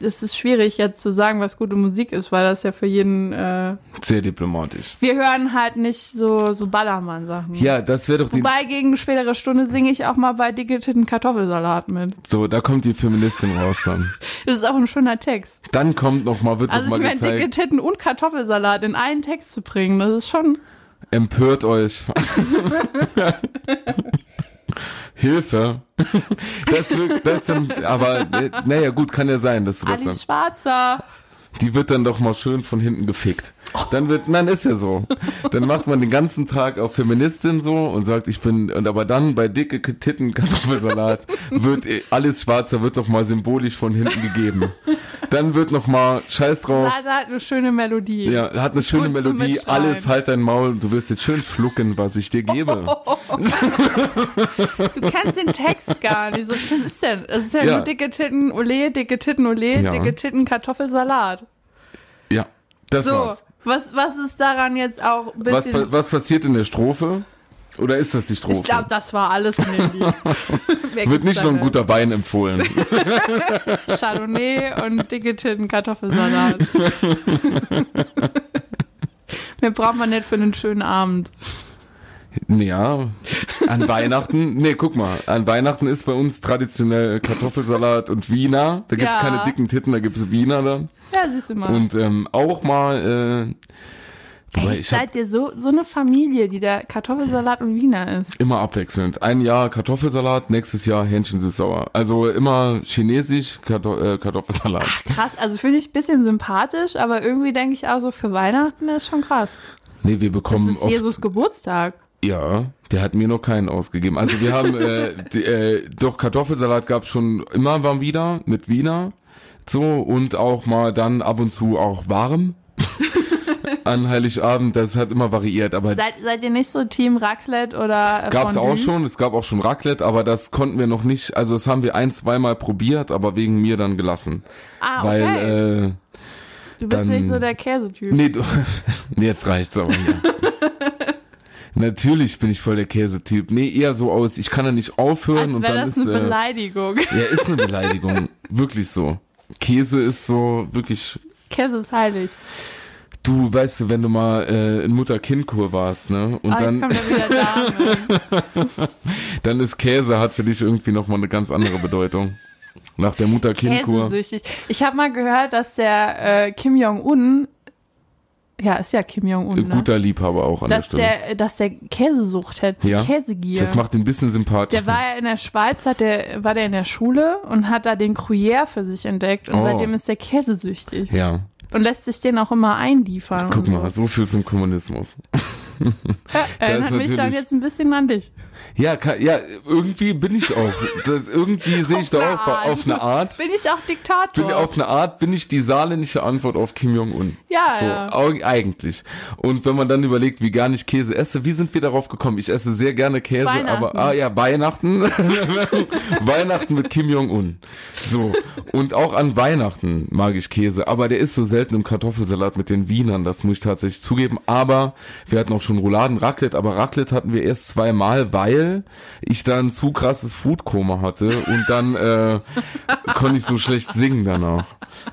S2: es ist schwierig jetzt zu sagen, was gute Musik ist, weil das ja für jeden, äh,
S3: Sehr diplomatisch.
S2: wir hören halt nicht so, so Ballermann-Sachen.
S3: Ja, das wäre doch die.
S2: Wobei gegen spätere Stunde singe ich auch mal bei Digitin Kartoffelsalat mit.
S3: So, da kommt die Feministin raus dann.
S2: Das ist auch ein schöner Text.
S3: Dann kommt nochmal, wird
S2: Also ich
S3: nochmal
S2: meine,
S3: gezeigt.
S2: dicke Titten und Kartoffelsalat in einen Text zu bringen, das ist schon.
S3: Empört euch. Hilfe. Das wirkt, das sind, aber, äh, naja, gut, kann ja sein, dass du das dann.
S2: Alice Schwarzer.
S3: Die wird dann doch mal schön von hinten gefickt. Dann wird, nein, ist ja so. Dann macht man den ganzen Tag auf Feministin so und sagt, ich bin, und aber dann bei dicke Titten Kartoffelsalat wird eh- alles Schwarzer wird noch mal symbolisch von hinten gegeben. Dann wird noch mal Scheiß drauf.
S2: Hat halt eine schöne Melodie.
S3: Oh. Ja, hat eine schöne
S2: Gut zum
S3: Melodie.
S2: Mitschreien.
S3: Alles halt dein Maul. Du wirst jetzt schön schlucken, was ich dir gebe.
S2: Du kennst den Text gar nicht. So schlimm ist denn. Es ist ja,
S3: Ja.
S2: nur dicke Titten, Ole, dicke Titten, Ole,
S3: Ja.
S2: dicke Titten, Kartoffelsalat.
S3: Ja, das
S2: So,
S3: war's.
S2: was, was ist daran jetzt auch ein
S3: Was, pa-
S2: bisschen.
S3: was passiert in der Strophe? Oder ist das die Strophe?
S2: ich glaube, das war alles in dem Lied. Mehr
S3: wird
S2: gibt's
S3: nicht
S2: da
S3: nur ein guter Wein empfohlen.
S2: Chardonnay und dicke Titten Kartoffelsalat. Mehr braucht man nicht für einen schönen Abend.
S3: Ja, an Weihnachten, nee, guck mal, an Weihnachten ist bei uns traditionell Kartoffelsalat und Wiener. Da gibt's
S2: Ja.
S3: keine dicken Titten, da gibt's Wiener dann.
S2: Ja, siehst du mal.
S3: Und ähm, auch mal, äh, wobei
S2: Echt,
S3: ich hab
S2: seid ihr so, so eine Familie, die da Kartoffelsalat und Wiener ist?
S3: immer abwechselnd. Ein Jahr Kartoffelsalat, nächstes Jahr Hähnchen süß sauer. Also immer chinesisch Karto äh, Kartoffelsalat.
S2: Krass, also finde ich ein bisschen sympathisch, aber irgendwie denke ich auch so, für Weihnachten ist schon krass.
S3: Nee, wir
S2: Das
S3: bekommen
S2: ist
S3: oft,
S2: Jesus Geburtstag.
S3: Ja, der hat mir noch keinen ausgegeben. Also wir haben äh, die, äh, doch Kartoffelsalat gab's schon immer mal wieder mit Wiener. So und auch mal dann ab und zu auch warm. An Heiligabend, das hat immer variiert, aber
S2: Seid, seid ihr nicht so Team Raclette oder äh,
S3: Gab's
S2: Fondue?
S3: auch schon, es gab auch schon Raclette, aber das konnten wir noch nicht, also das haben wir ein, zweimal probiert, aber wegen mir dann gelassen.
S2: Ah, okay.
S3: Weil, äh,
S2: du bist
S3: dann-
S2: nicht so der Käsetyp.
S3: nee, du, nee, jetzt reicht's aber hier. Natürlich bin ich voll der Käsetyp. Nee, eher so aus, ich kann da nicht aufhören
S2: Als
S3: und
S2: wäre
S3: dann
S2: das
S3: ist,
S2: eine
S3: äh,
S2: Beleidigung.
S3: ja, ist eine Beleidigung. wirklich so. Käse ist so, wirklich,
S2: Käse ist heilig.
S3: du weißt, du, wenn du mal äh, in Mutter-Kind-Kur warst, ne, und
S2: Ah,
S3: dann,
S2: jetzt kommt er wieder da.
S3: dann ist Käse hat für dich irgendwie nochmal eine ganz andere Bedeutung. Nach der Mutter-Kind-Kur.
S2: Käsesüchtig. Ich habe mal gehört, dass der äh, Kim Jong-un, ja, ist ja Kim Jong-un, ne?
S3: Guter Liebhaber auch an
S2: dass
S3: der Stelle.
S2: der, äh, dass der Käsesucht hat,
S3: Ja.
S2: Käsegier.
S3: Das macht ihn ein bisschen sympathisch.
S2: der war ja in der Schweiz, hat der, war der in der Schule und hat da den Gruyère für sich entdeckt und
S3: Oh.
S2: seitdem ist der käsesüchtig
S3: ja,
S2: und lässt sich den auch immer einliefern.
S3: guck
S2: und
S3: mal, also, so viel zum Kommunismus.
S2: Ja, erinnert mich dann
S3: natürlich-
S2: jetzt ein bisschen an dich.
S3: Ja, kann, ja, irgendwie bin ich auch. Das, irgendwie sehe ich
S2: Auf
S3: da
S2: eine
S3: auch
S2: Art.
S3: auf eine Art.
S2: Bin ich auch Diktator?
S3: Bin auf eine Art bin ich die saarländische Antwort auf Kim Jong-un.
S2: Ja,
S3: so,
S2: ja.
S3: au- Eigentlich. Und wenn man dann überlegt, wie gar nicht Käse esse, wie sind wir darauf gekommen? Ich esse sehr gerne Käse, aber
S2: Weihnachten.
S3: ah ja, Weihnachten. Weihnachten mit Kim Jong-un. So. Und auch an Weihnachten mag ich Käse, aber der ist so selten im Kartoffelsalat mit den Wienern, das muss ich tatsächlich zugeben. Aber wir hatten auch schon Rouladen, Raclette, aber Raclette hatten wir erst zweimal, weil ich dann zu krasses Foodkoma hatte und dann äh, konnte ich so schlecht singen danach.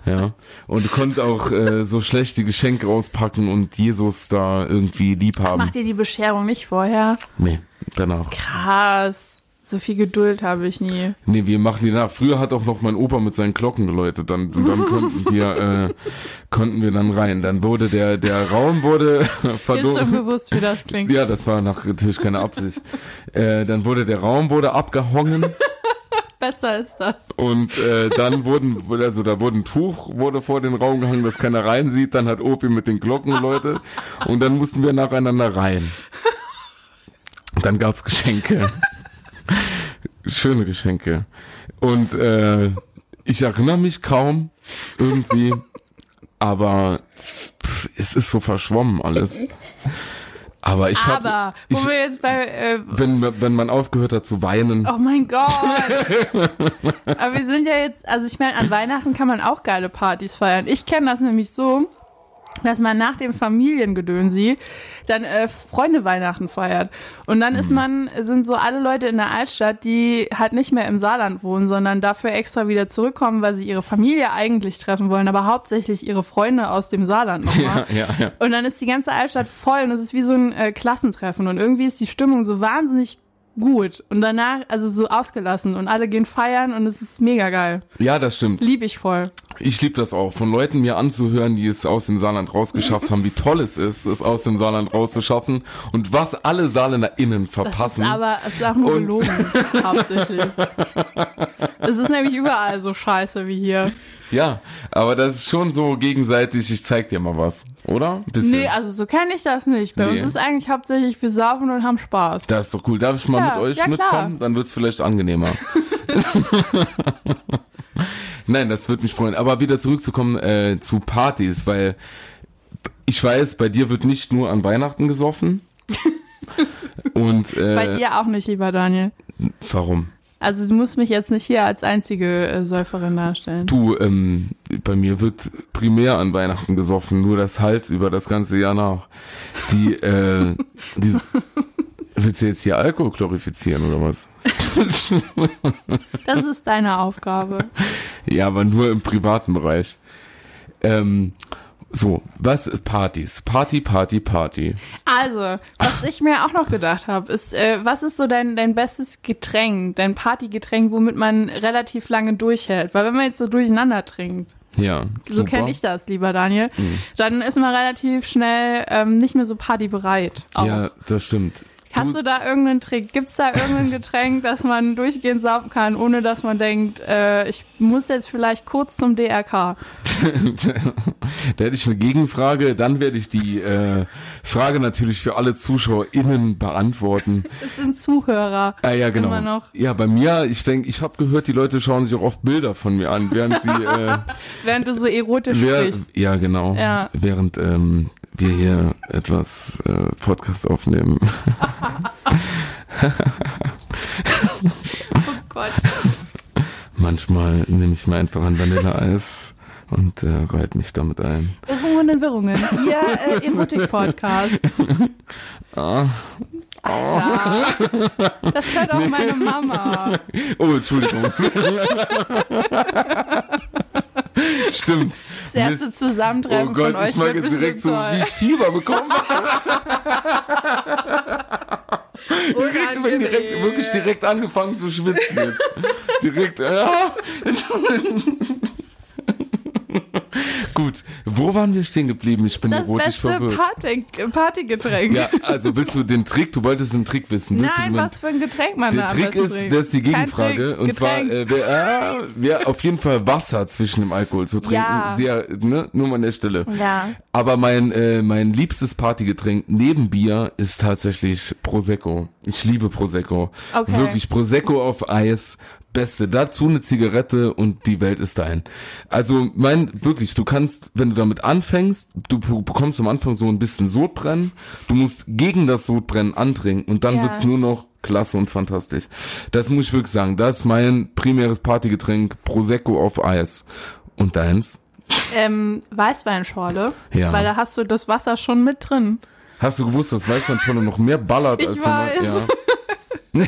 S3: Ja. Und konnte auch äh, so schlecht die Geschenke auspacken und Jesus da irgendwie lieb haben.
S2: Macht ihr die Bescherung nicht vorher?
S3: Nee, danach.
S2: Krass. So viel Geduld habe ich nie.
S3: Nee, wir machen die nach. Früher hat auch noch mein Opa mit seinen Glocken geläutet. Dann, und dann konnten wir, äh, konnten wir dann rein. Dann wurde der, der Raum wurde
S2: Mir ist schon
S3: verdunkel.
S2: bewusst, wie das klingt.
S3: Also- Ja, das war nach, natürlich keine Absicht. äh, dann wurde der Raum wurde abgehongen
S2: Besser ist das.
S3: und äh, dann wurden, also da wurde ein Tuch wurde vor den Raum gehangen, dass keiner rein sieht. Dann hat Opi mit den Glocken geläutet und dann mussten wir nacheinander rein. Und dann gab's Geschenke. Schöne Geschenke. Und äh, ich erinnere mich kaum irgendwie, aber pff, es ist so verschwommen alles. Aber ich habe,
S2: Aber, wo
S3: ich-
S2: wir jetzt bei. Äh,
S3: wenn, wenn man aufgehört hat zu weinen,
S2: oh mein Gott. Aber wir sind ja jetzt. Also, ich meine, an Weihnachten kann man auch geile Partys feiern. Ich kenne das nämlich so. Dass man nach dem Familiengedönsi dann äh, Freunde Weihnachten feiert. Und dann ist man, sind so alle Leute in der Altstadt, die halt nicht mehr im Saarland wohnen, sondern dafür extra wieder zurückkommen, weil sie ihre Familie eigentlich treffen wollen, aber hauptsächlich ihre Freunde aus dem Saarland nochmal.
S3: ja, ja.
S2: Und dann ist die ganze Altstadt voll und es ist wie so ein äh, Klassentreffen und irgendwie ist die Stimmung so wahnsinnig gut und danach also so ausgelassen und alle gehen feiern und es ist mega geil.
S3: ja, das stimmt.
S2: Lieb ich voll.
S3: Ich liebe das auch, von Leuten mir anzuhören, die es aus dem Saarland rausgeschafft haben, wie toll es ist, es aus dem Saarland rauszuschaffen und was alle SaarländerInnen
S2: Das
S3: verpassen.
S2: ist aber es ist auch nur
S3: Und-
S2: gelogen hauptsächlich. es ist nämlich überall so scheiße wie hier.
S3: ja, aber das ist schon so gegenseitig, ich zeig dir mal was, oder? Ein bisschen.
S2: Nee, also so kenne ich das nicht. Bei
S3: Nee.
S2: uns ist eigentlich hauptsächlich wir saufen und haben Spaß.
S3: das ist doch cool. Darf ich mal
S2: Ja,
S3: mit euch
S2: ja, klar.
S3: mitkommen? Dann wird's vielleicht angenehmer. Nein, das würde mich freuen. Aber wieder zurückzukommen äh, zu Partys, weil ich weiß, bei dir wird nicht nur an Weihnachten gesoffen. Und äh,
S2: Bei dir auch nicht, lieber Daniel.
S3: warum?
S2: Also du musst mich jetzt nicht hier als einzige äh, Säuferin darstellen.
S3: Du, ähm, bei mir wird primär an Weihnachten gesoffen, nur das halt über das ganze Jahr nach. Die, äh, die, willst du jetzt hier Alkohol glorifizieren oder was?
S2: Das ist deine Aufgabe.
S3: Ja, aber nur im privaten Bereich. Ähm, so, was ist Partys? Party, Party, Party.
S2: Also, was ich mir auch noch gedacht habe, ist, äh, was ist so dein, dein bestes Getränk, dein Partygetränk, womit man relativ lange durchhält? Weil wenn man jetzt so durcheinander trinkt,
S3: Ja.
S2: so kenne ich das, lieber Daniel, dann ist man relativ schnell ähm, nicht mehr so partybereit. Auch.
S3: Ja, das stimmt.
S2: Hast du da irgendeinen Trick? Gibt es da irgendein Getränk, das man durchgehend saufen kann, ohne dass man denkt, äh, ich muss jetzt vielleicht kurz zum DRK?
S3: da hätte ich eine Gegenfrage. Dann werde ich die äh, Frage natürlich für alle ZuschauerInnen beantworten.
S2: Das sind Zuhörer.
S3: Ah ja, genau.
S2: Immer noch.
S3: Ja, bei mir, ich denke, ich habe gehört, die Leute schauen sich auch oft Bilder von mir an, während sie äh,
S2: Während du so erotisch
S3: wer,
S2: sprichst.
S3: ja genau,
S2: Ja.
S3: während ähm, wir hier etwas äh, Podcast aufnehmen.
S2: Oh Gott.
S3: Manchmal nehme ich mir einfach ein Vanilleeis und äh, reite mich damit ein.
S2: Irrungen und Wirrungen. Ihr äh, Erotik-Podcast.
S3: Ah.
S2: Alter. Das hört auch meine Mama.
S3: Oh, Entschuldigung. Stimmt.
S2: Das erste Zusammentreffen
S3: Oh Gott,
S2: von euch
S3: ich mag
S2: wird
S3: jetzt direkt
S2: bestimmt
S3: so, wie
S2: toll.
S3: ich Fieber bekommen habe. Ich bin direkt,
S2: Unangenehm.
S3: wirklich direkt angefangen zu schwitzen jetzt. direkt, ja. Gut, wo waren wir stehen geblieben? Ich bin
S2: Das
S3: erotisch
S2: beste
S3: verwirrt.
S2: Party, Partygetränk.
S3: ja, also willst du den Trick, du wolltest den Trick wissen. Willst du
S2: Nein,
S3: den-
S2: was für ein Getränk man
S3: Der
S2: da am
S3: Trick
S2: besten
S3: ist,
S2: trinkt.
S3: das ist die
S2: Kein
S3: Gegenfrage.
S2: Trick,
S3: Und zwar, äh,
S2: Getränk.
S3: wer, äh, wer auf jeden Fall Wasser zwischen dem Alkohol zu trinken,
S2: Ja.
S3: sehr, ne, nur mal an der Stelle.
S2: ja.
S3: Aber mein, äh, mein liebstes Partygetränk neben Bier ist tatsächlich Prosecco. Ich liebe Prosecco.
S2: Okay.
S3: Wirklich Prosecco auf Eis. Beste. Dazu eine Zigarette und die Welt ist dein. Also mein, wirklich, du kannst, wenn du damit anfängst, du be- bekommst am Anfang so ein bisschen Sodbrennen. Du musst gegen das Sodbrennen antrinken und dann
S2: Ja.
S3: wird's nur noch klasse und fantastisch. Das muss ich wirklich sagen. Das ist mein primäres Partygetränk. Prosecco auf Eis. Und deins?
S2: Ähm, Weißweinschorle,
S3: Ja.
S2: weil da hast du das Wasser schon mit drin.
S3: Hast du gewusst, dass Weißwein schon noch mehr ballert
S2: Ich
S3: als normal-
S2: weiß. Das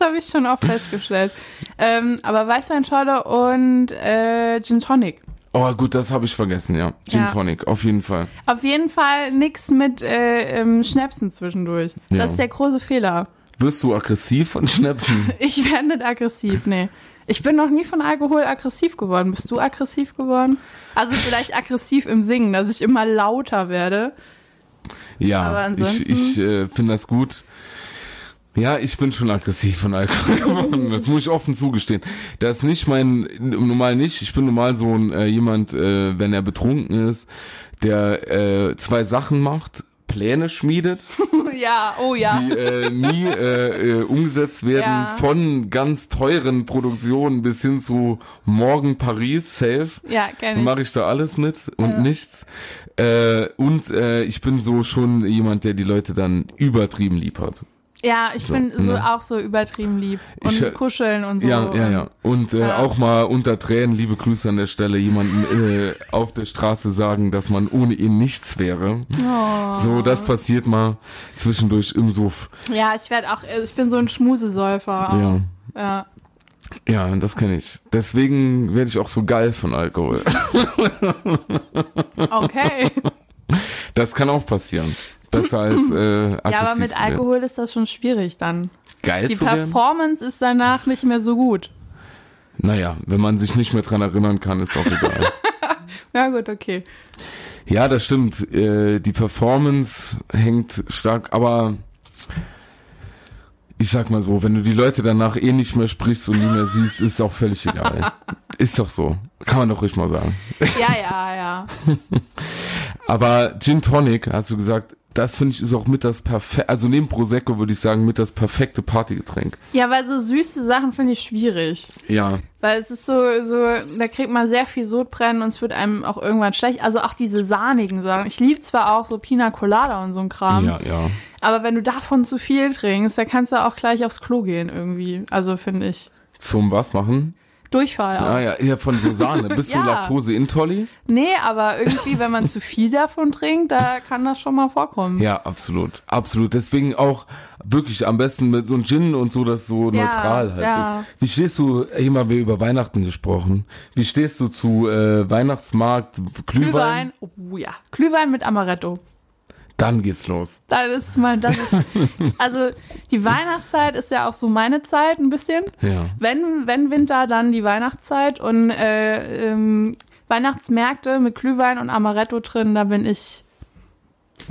S2: habe ich schon auch festgestellt. ähm, aber Weißweinschorle und äh, Gin Tonic.
S3: Ja. Oh, gut, das habe ich vergessen, ja. Gin
S2: Ja.
S3: Tonic, auf jeden Fall.
S2: Auf jeden Fall nichts mit äh, ähm, Schnäpsen zwischendurch.
S3: Ja.
S2: Das ist der große Fehler.
S3: Wirst du aggressiv von Schnäpsen?
S2: Ich werde nicht aggressiv, nee. Ich bin noch nie von Alkohol aggressiv geworden. Bist du aggressiv geworden? Also vielleicht aggressiv im Singen, dass ich immer lauter werde.
S3: Ja,
S2: Aber ansonsten-
S3: ich, ich äh, finde das gut. Ja, ich bin schon aggressiv von Alkohol geworden. Das muss ich offen zugestehen. Das ist nicht mein, normal nicht. Ich bin normal so ein äh, jemand, äh, wenn er betrunken ist, der äh, zwei Sachen macht, Pläne schmiedet
S2: ja, oh ja.
S3: die äh, nie äh, äh, umgesetzt werden,
S2: Ja.
S3: von ganz teuren Produktionen bis hin zu Morgen Paris, safe.
S2: ja, kenne ich.
S3: Mache ich da alles mit und nichts. Äh, und äh, ich bin so schon jemand, der die Leute dann übertrieben lieb hat.
S2: Ja, ich bin so
S3: ne?
S2: auch so übertrieben lieb. Und
S3: Ich, äh,
S2: kuscheln und so.
S3: Ja, ja, ja. Und äh,
S2: Ja.
S3: auch mal unter Tränen, liebe Grüße an der Stelle, jemandem äh, auf der Straße sagen, dass man ohne ihn nichts wäre.
S2: Oh.
S3: So, das passiert mal zwischendurch im Suff.
S2: Ja, ich werde auch, äh, ich bin so ein Schmusesäufer.
S3: Ja.
S2: Ja. ja.
S3: Ja, das kenne ich. Deswegen werde ich auch so geil von Alkohol.
S2: Okay.
S3: Das kann auch passieren. Besser als äh, aggressiv
S2: ja, aber mit
S3: zu werden.
S2: Alkohol ist das schon schwierig dann.
S3: geil
S2: Die
S3: zu werden.
S2: Performance ist danach nicht mehr so gut.
S3: Naja, wenn man sich nicht mehr dran erinnern kann, ist auch egal.
S2: Ja, gut, okay.
S3: ja, das stimmt. Äh, die Performance hängt stark, aber ich sag mal so, wenn du die Leute danach eh nicht mehr sprichst und nie mehr siehst, ist auch völlig egal. Ist doch so. Kann man doch ruhig mal sagen.
S2: Ja, ja, ja.
S3: Aber Gin Tonic, hast du gesagt, das finde ich ist auch mit das perfekte, also neben Prosecco würde ich sagen, mit das perfekte Partygetränk.
S2: Ja, weil so süße Sachen finde ich schwierig.
S3: Ja.
S2: Weil es ist so, so, da kriegt man sehr viel Sodbrennen und es wird einem auch irgendwann schlecht. Also auch diese sahnigen Sachen. Ich liebe zwar auch so Pina Colada und so ein Kram,
S3: Ja, ja.
S2: aber wenn du davon zu viel trinkst, dann kannst du auch gleich aufs Klo gehen irgendwie. Also finde ich.
S3: Zum was machen?
S2: Durchfall auch.
S3: Ah ja, ja von Susanne. Bist
S2: Ja.
S3: du Laktose-Intolli?
S2: Nee, aber irgendwie, wenn man zu viel davon trinkt, da kann das schon mal vorkommen.
S3: Ja, absolut. Absolut. Deswegen auch wirklich am besten mit so einem Gin und so, das so
S2: Ja,
S3: neutral halt
S2: ja.
S3: ist. Wie stehst du, hier mal wir über Weihnachten gesprochen, wie stehst du zu äh, Weihnachtsmarkt, Glühwein?
S2: Glühwein, oh ja, Glühwein mit Amaretto.
S3: Dann geht's los.
S2: Das ist mein, das ist, also die Weihnachtszeit ist ja auch so meine Zeit ein bisschen.
S3: Ja.
S2: Wenn, wenn Winter, dann die Weihnachtszeit und äh, ähm, Weihnachtsmärkte mit Glühwein und Amaretto drin, da bin ich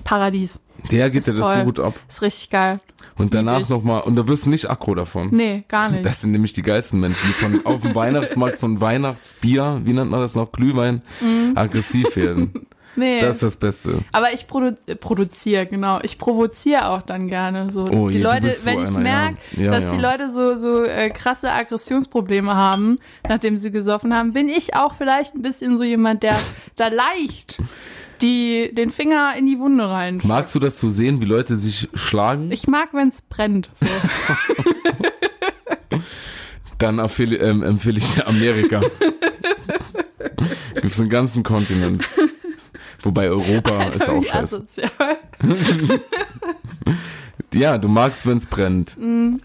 S2: Paradies.
S3: Der geht ja das so
S2: toll.
S3: gut ab.
S2: Ist richtig geil.
S3: Und danach
S2: ich.
S3: nochmal, und da wirst du nicht Akku davon.
S2: Nee, gar nicht.
S3: Das sind nämlich die geilsten Menschen, die von, auf dem Weihnachtsmarkt von Weihnachtsbier, wie nennt man das noch, Glühwein,
S2: Mhm.
S3: aggressiv werden.
S2: nee.
S3: Das ist das Beste.
S2: Aber ich produ äh, produziere, genau. Ich provoziere auch dann gerne. So.
S3: Oh,
S2: die
S3: ja, du
S2: Leute,
S3: bist so
S2: wenn ich
S3: einer,
S2: merke,
S3: ja. Ja,
S2: dass
S3: ja.
S2: die Leute so, so äh, krasse Aggressionsprobleme haben, nachdem sie gesoffen haben, bin ich auch vielleicht ein bisschen so jemand, der da leicht die, den Finger in die Wunde rein.
S3: Magst du das zu sehen, wie Leute sich schlagen?
S2: Ich mag, wenn es brennt. So.
S3: Dann empfehle, ähm, empfehle ich dir Amerika. Gibt's einen ganzen Kontinent. Wobei Europa ist auch
S2: Völlig
S3: scheiße.
S2: asozial.
S3: Ja, du magst, wenn's brennt. Also,
S2: Mhm.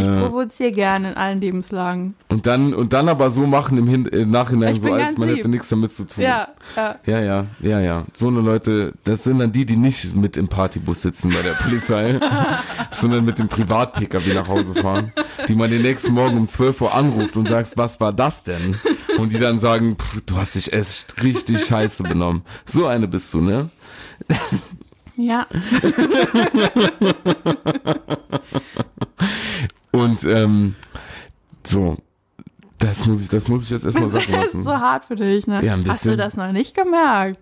S2: Ich
S3: äh,
S2: provoziere gerne in allen Lebenslagen.
S3: und dann, und dann aber so machen im, Hin im Nachhinein,
S2: Ich
S3: so
S2: bin
S3: als
S2: ganz
S3: man
S2: lieb.
S3: hätte nichts damit zu tun.
S2: Ja, ja.
S3: Ja, ja, ja, ja. So eine Leute, das sind dann die, die nicht mit im Partybus sitzen bei der Polizei, sondern mit dem Privat-Pkw nach Hause fahren, die man den nächsten Morgen um 12 Uhr anruft und sagst, was war das denn? Und die dann sagen, "Pff, du hast dich echt richtig scheiße benommen. So eine bist du, ne?
S2: ja.
S3: Und ähm, so, das muss ich, das muss ich jetzt erstmal
S2: Das
S3: sagen
S2: ist
S3: lassen.
S2: so hart für dich, ne?
S3: Ja, ein
S2: Hast du
S3: bisschen.
S2: das noch nicht gemerkt?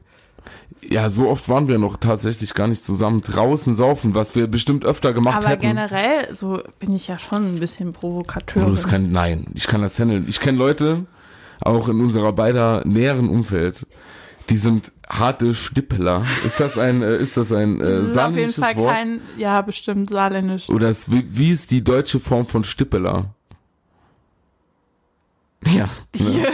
S3: Ja, so oft waren wir noch tatsächlich gar nicht zusammen draußen saufen, was wir bestimmt öfter gemacht
S2: Aber
S3: hätten.
S2: generell, so bin ich ja schon ein
S3: Du
S2: bisschen Provokateur.
S3: bist Oh, kein, nein, ich kann das handeln. Ich kenne Leute, auch in unserer beider näheren Umfeld, die sind harte Stippeler. Ist das ein, äh, ist das ein äh,
S2: Das ist auf jeden
S3: saarländisches
S2: Fall
S3: Wort?
S2: kein, ja, bestimmt saarländisch.
S3: Oder ist, wie, wie ist die deutsche Form von Stippeler? Ja. Ne?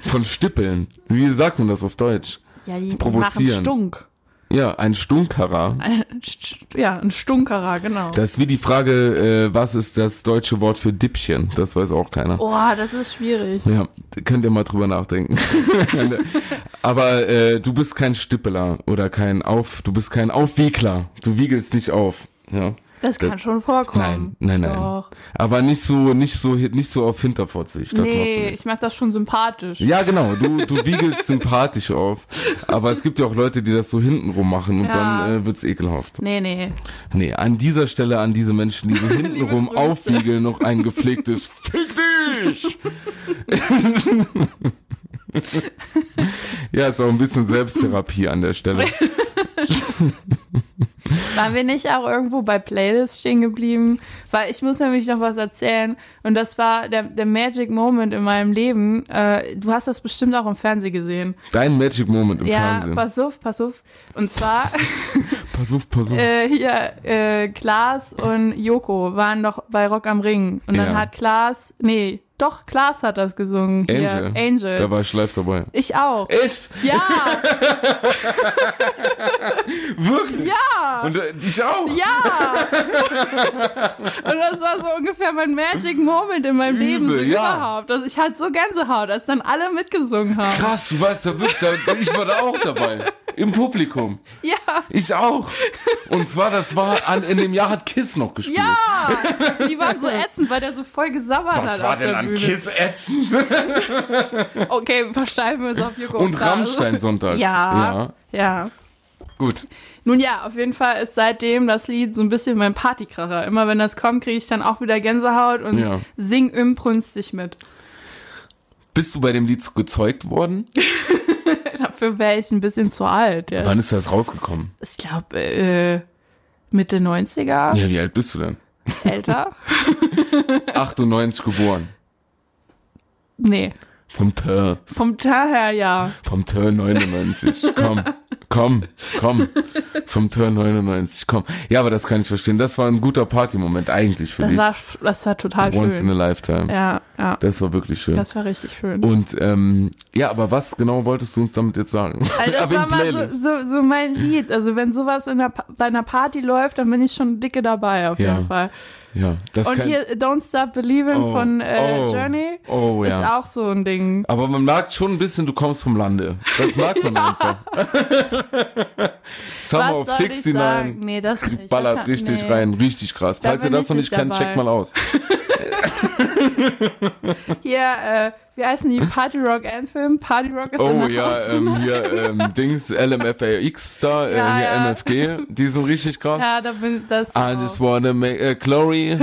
S3: von Stippeln. Wie sagt man das auf Deutsch?
S2: Ja, die
S3: Provozieren.
S2: machen Stunk.
S3: Ja, ein Stunkerer.
S2: Ein St- Ja, ein Stunkerer, genau.
S3: Das ist wie die Frage, äh, was ist das deutsche Wort für Dippchen? Das weiß auch keiner.
S2: oh, das ist schwierig.
S3: Ja, könnt ihr mal drüber nachdenken. Aber äh, du bist kein Stippeler oder kein Auf, du bist kein Aufwiegler. Du wiegelst nicht auf. Ja.
S2: Das kann schon vorkommen.
S3: Nein, nein, nein.
S2: Doch.
S3: Aber nicht so, nicht so, nicht so auf Hinterfotzig. Das machst du
S2: nee,
S3: nicht.
S2: ich mach das schon sympathisch.
S3: Ja, genau. Du, du wiegelst sympathisch auf. Aber es gibt ja auch Leute, die das so hintenrum machen und
S2: Ja.
S3: dann äh, wird's ekelhaft.
S2: Nee, nee.
S3: Nee, an dieser Stelle an diese Menschen, die so hintenrum
S2: Grüße.
S3: aufwiegeln, noch ein gepflegtes Fick dich! ja, ist auch ein bisschen Selbsttherapie an der Stelle.
S2: Waren wir nicht auch irgendwo bei Playlists stehen geblieben? Weil ich muss nämlich noch was erzählen. Und das war der, der Magic Moment in meinem Leben. Äh, du hast das bestimmt auch im Fernsehen gesehen.
S3: Dein Magic Moment im
S2: ja,
S3: Fernsehen.
S2: pass auf, pass auf. Und zwar...
S3: pass auf, pass auf.
S2: äh, hier, äh, Klaas und Joko waren doch bei Rock am Ring. Und dann
S3: Ja.
S2: hat Klaas, nee, doch, Klaas hat das gesungen.
S3: Angel.
S2: Hier, Angel.
S3: Da war ich live dabei.
S2: ich auch.
S3: Echt?
S2: Ja,
S3: Wirklich?
S2: ja,
S3: Und äh, ich auch?
S2: ja. Und das war so ungefähr mein Magic Moment in meinem
S3: Übel,
S2: Leben so
S3: ja.
S2: überhaupt. Also ich hatte so Gänsehaut, als dann alle mitgesungen haben.
S3: Krass, du warst da wirklich, da, ich war da auch dabei. Im Publikum.
S2: Ja,
S3: Ich auch. Und zwar, das war, an, in dem Jahr hat Kiss noch gespielt.
S2: ja. Die waren so ätzend, weil der so voll gesabbert hat.
S3: Was war
S2: auf der
S3: denn an
S2: Bühne.
S3: Kiss ätzend?
S2: Okay, versteifen wir es auf Joko
S3: Und
S2: Klaas.
S3: Rammstein sonntags.
S2: Ja, ja.
S3: Gut.
S2: Nun ja, auf jeden Fall ist seitdem das Lied so ein bisschen mein Partykracher. Immer wenn das kommt, kriege ich dann auch wieder Gänsehaut und
S3: Ja.
S2: sing imbrünstig mit.
S3: Bist du bei dem Lied gezeugt worden?
S2: Dafür wäre ich ein bisschen zu alt. Ja.
S3: Wann ist das rausgekommen?
S2: Ich glaube, äh, Mitte 90er,
S3: Ja, wie alt bist du denn?
S2: älter?
S3: 98 geboren.
S2: Nee,
S3: Vom Tör.
S2: vom Teil her ja.
S3: Vom Tör 99. Komm. Komm, komm. Vom Tör 99, komm. Ja, aber das kann ich verstehen. Das war ein guter Partymoment eigentlich für
S2: Das
S3: dich.
S2: war, das war total
S3: Once in
S2: schön.
S3: a lifetime.
S2: Ja, ja,
S3: Das war wirklich schön.
S2: das war richtig schön.
S3: und ähm, ja, aber was genau wolltest du uns damit jetzt sagen?
S2: Also das
S3: Aber in
S2: war mal so,
S3: Playlist.
S2: so, so mein Lied. Also wenn sowas in der, Pa- bei einer Party läuft, dann bin ich schon dicke dabei auf
S3: Ja.
S2: jeden Fall.
S3: Ja, das
S2: Und
S3: kann,
S2: hier Don't Stop Believin'
S3: Oh,
S2: von äh,
S3: oh,
S2: Journey
S3: oh,
S2: ist
S3: ja.
S2: auch so ein Ding.
S3: Aber man merkt schon ein bisschen, du kommst vom Lande. Das merkt man einfach. mal auf
S2: soll ich
S3: 69.
S2: sagen? Nee, das
S3: Die
S2: nicht.
S3: ballert
S2: Da kann-
S3: richtig
S2: nee.
S3: rein, richtig krass.
S2: Da
S3: Falls ihr
S2: bin
S3: das
S2: ich
S3: noch nicht
S2: nicht
S3: kennt,
S2: dabei.
S3: checkt mal aus.
S2: Hier, äh, wie heißen die? Party Rock Anthem? Party Rock ist in
S3: Oh
S2: der
S3: ja,
S2: Hausnummer.
S3: ähm, hier ähm, Dings, LMFAX da, äh,
S2: Ja,
S3: hier
S2: ja.
S3: MFG, die sind richtig krass.
S2: ja, da bin das.
S3: I just wanna make äh, Glory.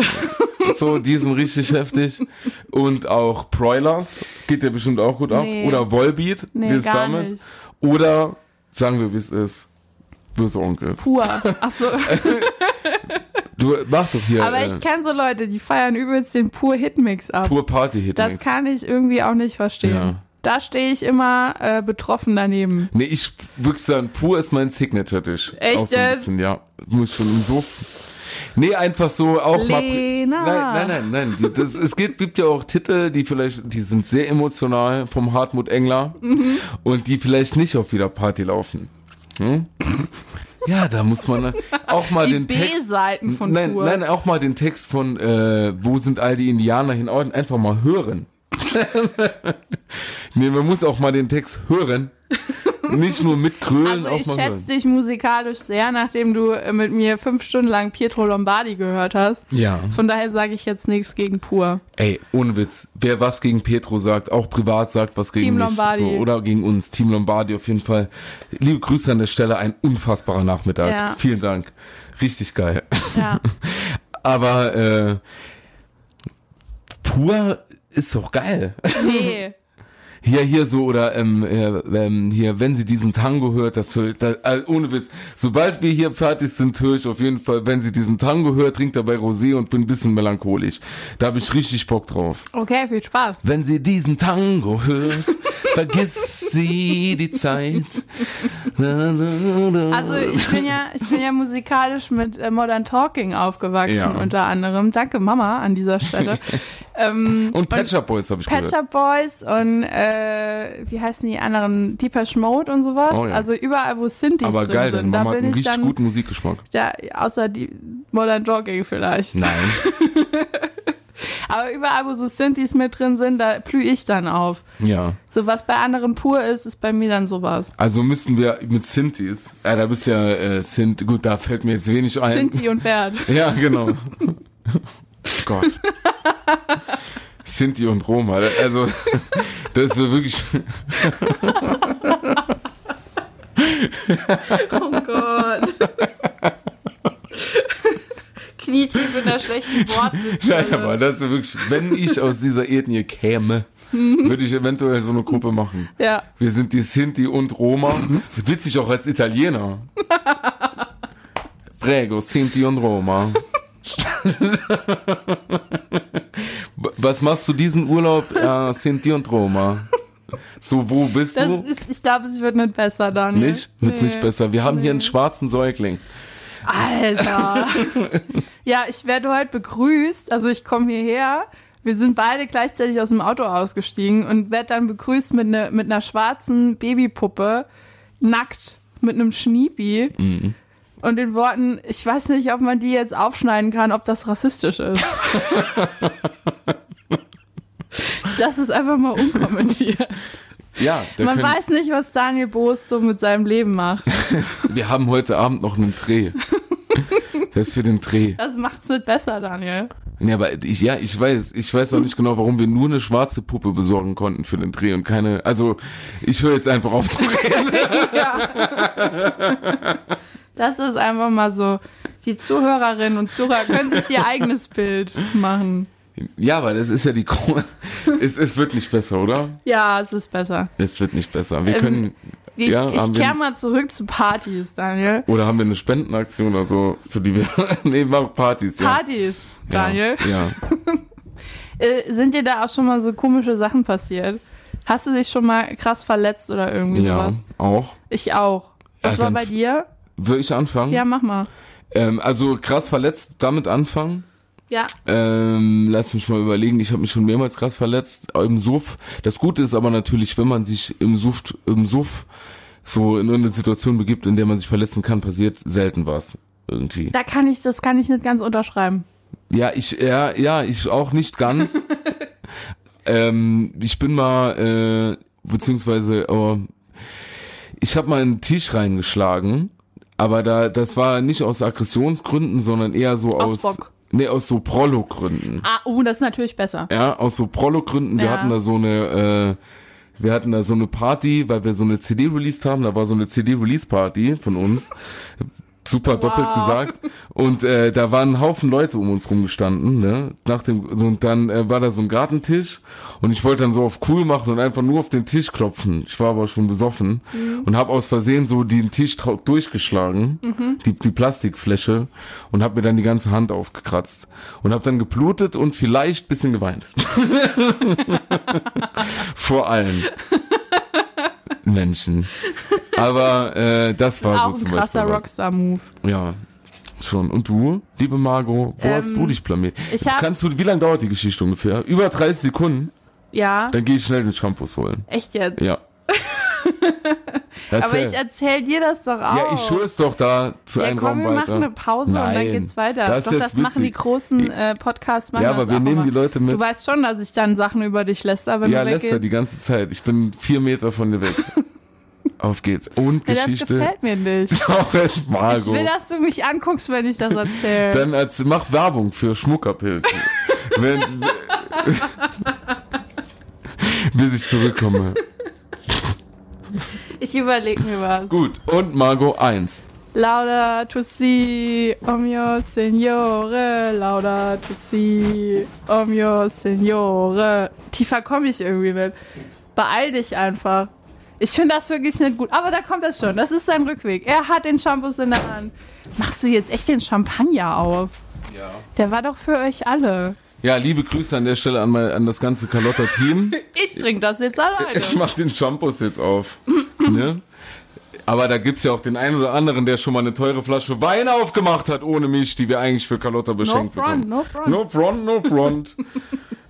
S3: so, die sind richtig heftig. Und auch Proilers geht dir bestimmt auch gut ab.
S2: Nee.
S3: Oder Volbeat,
S2: Nee,
S3: wie ist
S2: gar
S3: damit?
S2: nicht.
S3: Oder sagen wir, wie es ist. Böse Onkel.
S2: pur. Achso,
S3: Du mach doch hier
S2: aber
S3: äh,
S2: ich kenne so Leute, die feiern übelst den pur Hitmix ab.
S3: pur party hit
S2: das kann ich irgendwie auch nicht verstehen.
S3: Ja.
S2: Da stehe ich immer äh, betroffen daneben.
S3: Nee, ich wirklich sagen, pur ist mein Signature-Tisch.
S2: Echt
S3: auch so ein
S2: jetzt?
S3: bisschen, ja. Muss schon so. Nee, einfach so auch mal. pri-
S2: Lena.
S3: Nein, nein, nein, nein. Die- Das, es gibt, gibt ja auch Titel, die vielleicht, die sind sehr emotional vom Hartmut Engler
S2: Mhm.
S3: und die vielleicht nicht auf jeder Party laufen. Hm? Ja, da muss man auch mal
S2: Die
S3: den Text.
S2: B-Seiten von
S3: nein,
S2: pur.
S3: nein, auch mal den Text von äh, Wo sind all die Indianer hin? Einfach mal hören. nee, man muss auch mal den Text hören. Nicht nur mitgrölen,
S2: also
S3: auch
S2: ich
S3: mal
S2: schätze
S3: hören.
S2: dich musikalisch sehr, nachdem du äh, mit mir fünf Stunden lang Pietro Lombardi gehört hast.
S3: Ja.
S2: Von daher sage ich jetzt nichts gegen pur.
S3: Ey, ohne Witz. Wer was gegen Petro sagt, auch privat sagt was gegen
S2: Team
S3: mich.
S2: Lombardi.
S3: So, oder gegen uns. Team Lombardi auf jeden Fall. Liebe Grüße an der Stelle. Ein unfassbarer Nachmittag.
S2: Ja.
S3: Vielen Dank. Richtig geil.
S2: Ja.
S3: Aber äh, pur ist doch geil.
S2: Nee.
S3: Hier, hier so, oder ähm, äh, ähm, hier, wenn sie diesen Tango hört, das hört, das, äh, ohne Witz, sobald wir hier fertig sind, höre ich auf jeden Fall, wenn sie diesen Tango hört, trinkt dabei Rosé und bin ein bisschen melancholisch. Da habe ich richtig Bock drauf.
S2: Okay, viel Spaß.
S3: Wenn sie diesen Tango hört, vergiss sie die Zeit.
S2: Also ich bin ja, ich bin ja musikalisch mit äh, Modern Talking aufgewachsen
S3: Ja.
S2: unter anderem. Danke Mama an dieser Stelle. ähm,
S3: und Pet Shop Boys habe ich
S2: Pet
S3: gehört.
S2: Shop Boys und äh, wie heißen die anderen? Deepesh Mode und sowas.
S3: Oh ja.
S2: Also überall, wo Synthes
S3: Aber
S2: drin
S3: geil, deine
S2: sind. Da
S3: Mama hat
S2: bin
S3: einen
S2: ich
S3: richtig
S2: dann,
S3: guten Musikgeschmack.
S2: ja, außer die Modern Talking vielleicht.
S3: Nein.
S2: Aber überall, wo so Synthes mit drin sind, da blühe ich dann auf.
S3: Ja.
S2: So was bei anderen pur ist, ist bei mir dann sowas.
S3: Also müssten wir mit Synthes, äh, da bist ja äh, Synth, gut, da fällt mir jetzt wenig ein.
S2: Synthi und Bert.
S3: Ja, genau. Gott. Sinti und Roma, da- also das wäre wirklich,
S2: Oh Gott. Knietief in der schlechten
S3: nein,
S2: Wortwitze.
S3: aber das wäre wirklich, wenn ich aus dieser Ethnie käme, würde ich eventuell so eine Gruppe machen.
S2: Ja,
S3: Wir sind die Sinti und Roma, witzig auch als Italiener. Prego, Sinti und Roma. Was machst du diesen Urlaub, äh, Sinti und Roma? So, wo bist
S2: das
S3: du?
S2: ist, ich glaube, es wird nicht besser, Daniel.
S3: Nicht? Wird's nicht besser. Wir haben hier einen schwarzen Säugling.
S2: Alter. ja, ich werde heute begrüßt. Also ich komme hierher. Wir sind beide gleichzeitig aus dem Auto ausgestiegen und werde dann begrüßt mit, ne, mit einer schwarzen Babypuppe, nackt, mit einem Schniepi. Und den Worten, ich weiß nicht, ob man die jetzt aufschneiden kann, ob das rassistisch ist. ich lasse es einfach mal unkommentiert.
S3: Ja, da
S2: Man
S3: können,
S2: weiß nicht, was Daniel Boos so mit seinem Leben macht.
S3: wir haben heute Abend noch einen Dreh. Das ist für den Dreh.
S2: Das macht's nicht besser, Daniel.
S3: Nee, aber ich, ja, ich weiß, ich weiß auch nicht genau, warum wir nur eine schwarze Puppe besorgen konnten für den Dreh und keine, also, ich höre jetzt einfach auf zu reden.
S2: Ja. Das ist einfach mal so. Die Zuhörerinnen und Zuhörer können sich ihr eigenes Bild machen.
S3: Ja, aber das ist ja die Krone. Es, es wird nicht besser, oder?
S2: Ja, es ist besser.
S3: Es wird nicht besser. Wir
S2: Ähm,
S3: können,
S2: Ich,
S3: Ja,
S2: ich
S3: haben wir-
S2: kehre mal zurück zu Partys, Daniel.
S3: oder haben wir eine Spendenaktion oder so, für die wir, nee, machen Partys, ja.
S2: Partys, Daniel.
S3: Ja. ja.
S2: Äh, sind dir da auch schon mal so komische Sachen passiert? Hast du dich schon mal krass verletzt oder irgendwie
S3: Ja,
S2: sowas?
S3: auch.
S2: Ich auch. Was
S3: Ja,
S2: war
S3: dann-
S2: bei dir?
S3: Soll ich anfangen?
S2: Ja, mach mal.
S3: Ähm, also krass verletzt, damit anfangen.
S2: Ja,
S3: Ähm, lass mich mal überlegen, ich habe mich schon mehrmals krass verletzt im Suff. Das Gute ist aber natürlich, wenn man sich im Suff, im Suff so in eine Situation begibt, in der man sich verletzen kann, passiert selten was irgendwie.
S2: da kann ich, das kann ich nicht ganz unterschreiben.
S3: Ja, ich ja, ja, ich auch nicht ganz. ähm, ich bin mal äh, beziehungsweise oh, ich habe mal einen Tisch reingeschlagen. Aber da, das war nicht aus Aggressionsgründen, sondern eher so aus.
S2: Aus Bock.
S3: Nee, aus so Prollo-Gründen.
S2: Ah, oh, das ist natürlich besser.
S3: Ja, aus so Prollo-Gründen. Wir
S2: Ja.
S3: hatten da so eine, äh, wir hatten da so eine Party, weil wir so eine CD released haben. Da war so eine CD-Release-Party von uns. Super doppelt gesagt. Und äh, da waren ein Haufen Leute um uns rumgestanden, ne? Nach dem, und dann äh, war da so ein Gartentisch und ich wollte dann so auf cool machen und einfach nur auf den Tisch klopfen. Ich war aber schon besoffen
S2: Mhm.
S3: und habe aus Versehen so den Tisch trau- durchgeschlagen,
S2: Mhm.
S3: die, die Plastikfläche, und habe mir dann die ganze Hand aufgekratzt und habe dann geblutet und vielleicht bisschen geweint. Vor allen Menschen. Aber äh, das war
S2: Auch
S3: so
S2: ein
S3: zum
S2: krasser
S3: Beispiel was.
S2: Rockstar-Move.
S3: Ja, schon. Und du, liebe Margot, wo hast du dich blamiert?
S2: Ähm, ich hab-
S3: Kannst du, wie lange dauert die Geschichte ungefähr? Über 30 Sekunden?
S2: Ja,
S3: Dann gehe ich schnell den Shampoos holen.
S2: echt jetzt.
S3: Ja.
S2: Aber
S3: Erzähl.
S2: ich erzähl dir das doch auch.
S3: ja, ich schul's es doch da zu
S2: Ja,
S3: einem
S2: komm,
S3: Raum
S2: wir
S3: weiter.
S2: machen eine Pause und
S3: Nein,
S2: dann geht's weiter.
S3: Das ist
S2: doch,
S3: jetzt
S2: das machen die
S3: witzig.
S2: großen äh, Podcasts machen
S3: Ja, aber
S2: das
S3: wir
S2: auch
S3: nehmen
S2: immer.
S3: die Leute mit.
S2: Du weißt schon, dass ich dann Sachen über dich läster, wenn
S3: Ja,
S2: du
S3: lässt er
S2: weggehst.
S3: die ganze Zeit. Ich bin vier Meter von dir weg. Auf geht's. Und
S2: Ja, das
S3: Geschichte.
S2: gefällt mir nicht.
S3: Auch erst
S2: Ich
S3: Margot.
S2: will, dass du mich anguckst, wenn ich das erzähle.
S3: Dann als, mach Werbung für Schmuckerpilze. Wenn, bis ich zurückkomme.
S2: Ich überlege mir was.
S3: Gut, und Margot 1.
S2: Lauda to si, oh mio signore, lauda to si, oh mio signore. Tiefer komme ich irgendwie nicht. Beeil dich einfach. Ich finde das wirklich nicht gut. Aber da kommt das schon. Das ist sein Rückweg. Er hat den Shampoos in der Hand. Machst du jetzt echt den Champagner auf? Ja. Der war doch für euch alle.
S3: Ja, liebe Grüße an der Stelle an, mein, an das ganze Carlotta-Team.
S2: Ich trinke das jetzt alleine.
S3: Ich mach den Shampoos jetzt auf. ne? Aber da gibt's ja auch den einen oder anderen, der schon mal eine teure Flasche Wein aufgemacht hat ohne mich, die wir eigentlich für Carlotta
S2: no
S3: beschenkt bekommen.
S2: front, no front.
S3: No front, no front.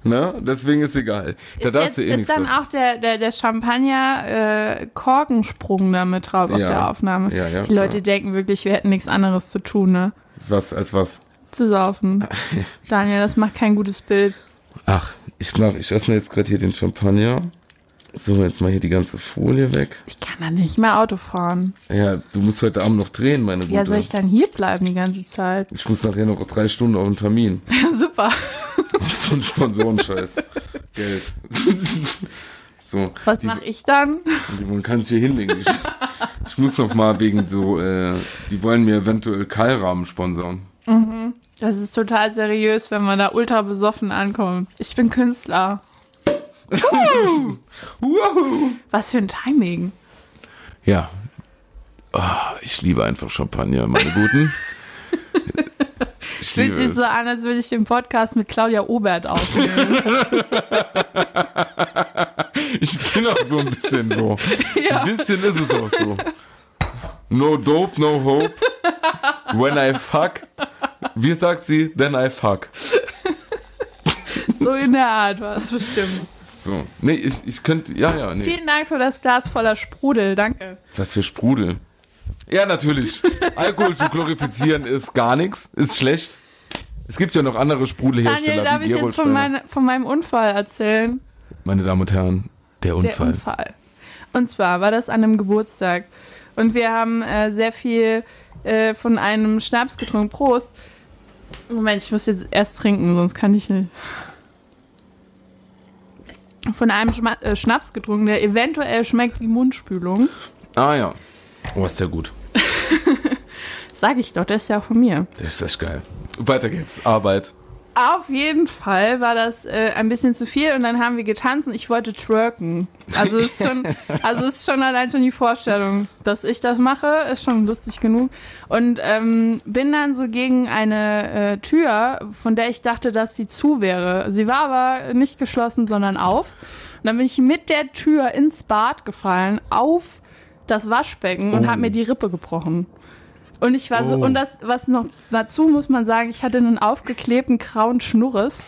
S3: ne? Deswegen ist egal. Da darfst
S2: Jetzt
S3: du eh
S2: ist
S3: nichts
S2: dann
S3: drauf.
S2: auch der, der, der Champagner-Korkensprung da mit drauf auf
S3: Ja.
S2: der Aufnahme.
S3: Ja, ja,
S2: Die Leute
S3: ja.
S2: denken wirklich, wir hätten nichts anderes zu tun, ne?
S3: Was, als was?
S2: Zu saufen. Daniel, das macht kein gutes Bild.
S3: Ach, ich mach, ich öffne jetzt gerade hier den Champagner. So, jetzt mal hier die ganze Folie weg.
S2: Ich kann da nicht mehr Auto fahren.
S3: Ja, du musst heute Abend noch drehen, meine Gute.
S2: Ja, soll ich dann hier bleiben die ganze Zeit?
S3: Ich muss nachher noch drei Stunden auf einen Termin.
S2: Super.
S3: So ein Sponsorenscheiß. Geld. so.
S2: Was
S3: die,
S2: mache ich dann?
S3: die wollen kann ich hier hinlegen. Ich, ich muss noch mal wegen so, äh, die wollen mir eventuell Keilrahmen sponsern.
S2: Das ist total seriös, wenn man da ultra besoffen ankommt. Ich bin Künstler. Uh!
S3: Wow.
S2: Was für ein Timing.
S3: Ja. Ah, ich liebe einfach Champagner, meine Guten. Ich
S2: Fühlt
S3: liebe
S2: sich
S3: es.
S2: so an, als würde ich den Podcast mit Claudia Obert aufnehmen.
S3: Ich bin auch so ein bisschen so. Ein bisschen ist es auch so. No dope, no hope. When I fuck. Wie sagt sie? Then I fuck.
S2: so in der Art war es bestimmt.
S3: So. Nee, ich, ich könnte. Ja, ja, nee.
S2: Vielen Dank für das Glas voller Sprudel, danke.
S3: Was für Sprudel. Ja, natürlich. Alkohol zu glorifizieren ist gar nichts. Ist schlecht. Es gibt ja noch andere Sprudelhersteller.
S2: Daniel, darf
S3: wie
S2: ich jetzt von,
S3: Gerolsteiner.
S2: meine, von meinem Unfall erzählen?
S3: meine Damen und Herren, der Unfall.
S2: Der Unfall. Und zwar war das an einem Geburtstag. Und wir haben äh, sehr viel äh, von einem Schnaps getrunken. Prost. Moment, ich muss jetzt erst trinken, sonst kann ich nicht. Von einem Schma äh, Schnaps getrunken, der eventuell schmeckt wie Mundspülung.
S3: Ah, ja. Oh, ist der gut.
S2: Sag ich doch, der ist ja auch von mir.
S3: Der ist echt geil. Weiter geht's. Arbeit.
S2: Auf jeden Fall war das äh, ein bisschen zu viel und dann haben wir getanzt und ich wollte twerken. Also es ist schon, also es ist schon allein schon die Vorstellung, dass ich das mache, ist schon lustig genug. Und ähm, bin dann so gegen eine äh, Tür, von der ich dachte, dass sie zu wäre. Sie war aber nicht geschlossen, sondern auf. Und dann bin ich mit der Tür ins Bad gefallen, auf das Waschbecken und
S3: Oh.
S2: habe mir die Rippe gebrochen. Und ich war so,
S3: Oh.
S2: und das, was noch dazu muss man sagen, ich hatte einen aufgeklebten grauen Schnurres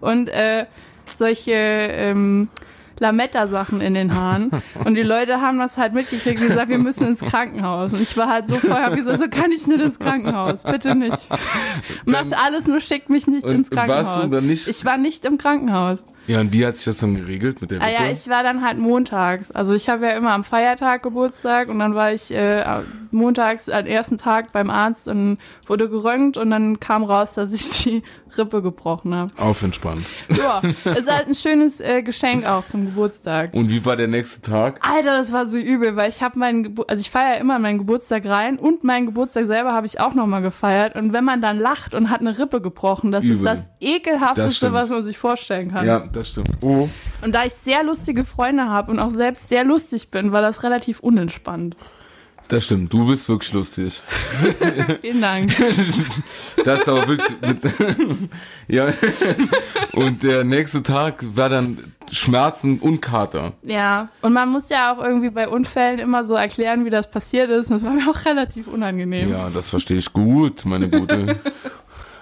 S2: und äh, solche ähm, Lametta-Sachen in den Haaren. Und die Leute haben das halt mitgekriegt und gesagt, wir müssen ins Krankenhaus. Und ich war halt so vorher, hab gesagt, so kann ich nicht ins Krankenhaus, bitte nicht. Macht alles, nur schickt mich nicht
S3: Und
S2: ins
S3: warst du
S2: Krankenhaus.
S3: dann nicht-
S2: ich war nicht im Krankenhaus.
S3: Ja, und wie hat sich das dann geregelt mit der
S2: Ah
S3: Wippe?
S2: ja, ich war dann halt montags. Also ich habe ja immer am Feiertag Geburtstag und dann war ich äh, montags am ersten Tag beim Arzt und wurde geröntgt und dann kam raus, dass ich die Rippe gebrochen habe.
S3: Auf entspannt.
S2: Ja, ist halt ein schönes äh, Geschenk auch zum Geburtstag.
S3: Und wie war der nächste Tag?
S2: Alter, das war so übel, weil ich habe meinen, Gebur- also ich feiere immer meinen Geburtstag rein und meinen Geburtstag selber habe ich auch nochmal gefeiert. Und wenn man dann lacht und hat eine Rippe gebrochen, das ist
S3: Übel.
S2: das
S3: Das
S2: ekelhafteste,
S3: stimmt.
S2: was man sich vorstellen kann.
S3: Ja, das stimmt. Oh.
S2: Und da ich sehr lustige Freunde habe und auch selbst sehr lustig bin, war das relativ unentspannt.
S3: Das stimmt, du bist wirklich lustig.
S2: Vielen Dank.
S3: Das ist aber wirklich. Mit, ja. Und der nächste Tag war dann Schmerzen und Kater.
S2: ja, und man muss ja auch irgendwie bei Unfällen immer so erklären, wie das passiert ist. Und das war mir auch relativ unangenehm.
S3: Ja, das verstehe ich gut, meine Gute.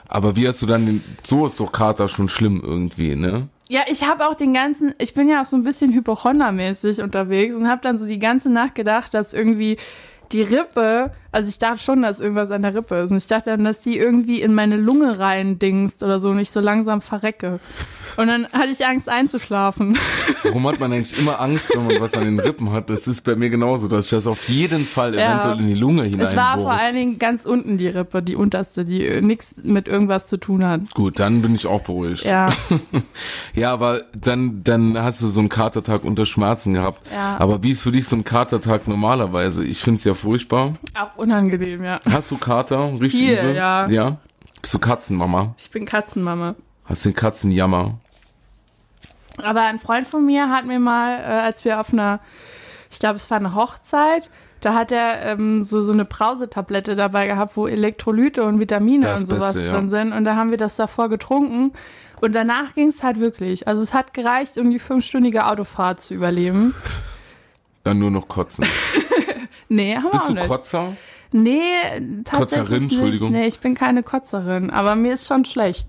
S3: Aber wie hast du dann den. So ist doch Kater schon schlimm irgendwie, ne?
S2: Ja, ich habe auch den ganzen, ich bin ja auch so ein bisschen hypochondermäßig unterwegs und habe dann so die ganze Nacht gedacht, dass irgendwie die Rippe, also ich dachte schon, dass irgendwas an der Rippe ist und ich dachte dann, dass die irgendwie in meine Lunge rein dingst oder so und ich so langsam verrecke. Und dann hatte ich Angst einzuschlafen.
S3: Warum hat man eigentlich immer Angst, wenn man was an den Rippen hat? Das ist bei mir genauso, dass ich das auf jeden Fall
S2: Ja.
S3: eventuell in die Lunge
S2: Es war vor
S3: hineinbohre.
S2: allen Dingen ganz unten die Rippe, die unterste, die nichts mit irgendwas zu tun hat.
S3: Gut, dann bin ich auch beruhigt.
S2: Ja,
S3: Ja, aber dann, dann hast du so einen Katertag unter Schmerzen gehabt.
S2: Ja.
S3: Aber wie ist für dich so ein Katertag normalerweise? Ich find's ja furchtbar.
S2: auch unangenehm, ja.
S3: Hast du Kater? Richtig
S2: Viel,
S3: übel?
S2: ja.
S3: Ja? Bist du Katzenmama?
S2: Ich bin Katzenmama.
S3: Hast den Katzenjammer?
S2: Aber ein Freund von mir hat mir mal, äh, als wir auf einer, ich glaube, es war eine Hochzeit, da hat er ähm, so, so eine Brausetablette dabei gehabt, wo Elektrolyte und Vitamine
S3: Das
S2: und sowas
S3: Beste, ja.
S2: drin sind. Und da haben wir das davor getrunken. Und danach ging es halt wirklich. Also es hat gereicht, um die fünfstündige Autofahrt zu überleben.
S3: Dann nur noch Kotzen.
S2: Nee, haben
S3: Bist du
S2: wir auch nicht.
S3: Kotzer?
S2: Nee, tatsächlich
S3: Kotzerin,
S2: nicht.
S3: Entschuldigung.
S2: Nee, ich bin keine Kotzerin, aber mir ist schon schlecht.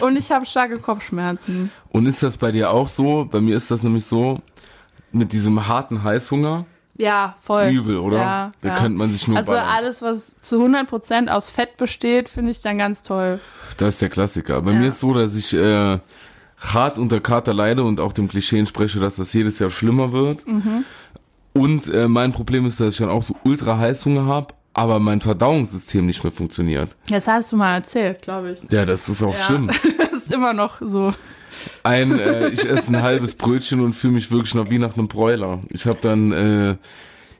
S2: und ich habe starke Kopfschmerzen.
S3: Und ist das bei dir auch so? Bei mir ist das nämlich so, mit diesem harten Heißhunger,
S2: Ja, voll.
S3: übel, oder?
S2: Ja,
S3: da
S2: ja.
S3: könnte man sich nur
S2: Also
S3: ballern.
S2: alles, was zu 100% aus Fett besteht, finde ich dann ganz toll.
S3: Das ist der Klassiker. Bei
S2: Ja.
S3: mir ist so, dass ich äh, hart unter Kater leide und auch dem Klischee entspreche, dass das jedes Jahr schlimmer wird.
S2: Mhm.
S3: Und äh, mein Problem ist, dass ich dann auch so ultra Heißhunger habe, aber mein Verdauungssystem nicht mehr funktioniert.
S2: Das hast du mal erzählt, glaube ich.
S3: Ja, das ist auch
S2: Ja.
S3: schlimm.
S2: Das ist immer noch so.
S3: Ein, äh, ich esse ein halbes Brötchen und fühle mich wirklich noch wie nach einem Bräuler. Ich habe dann, äh,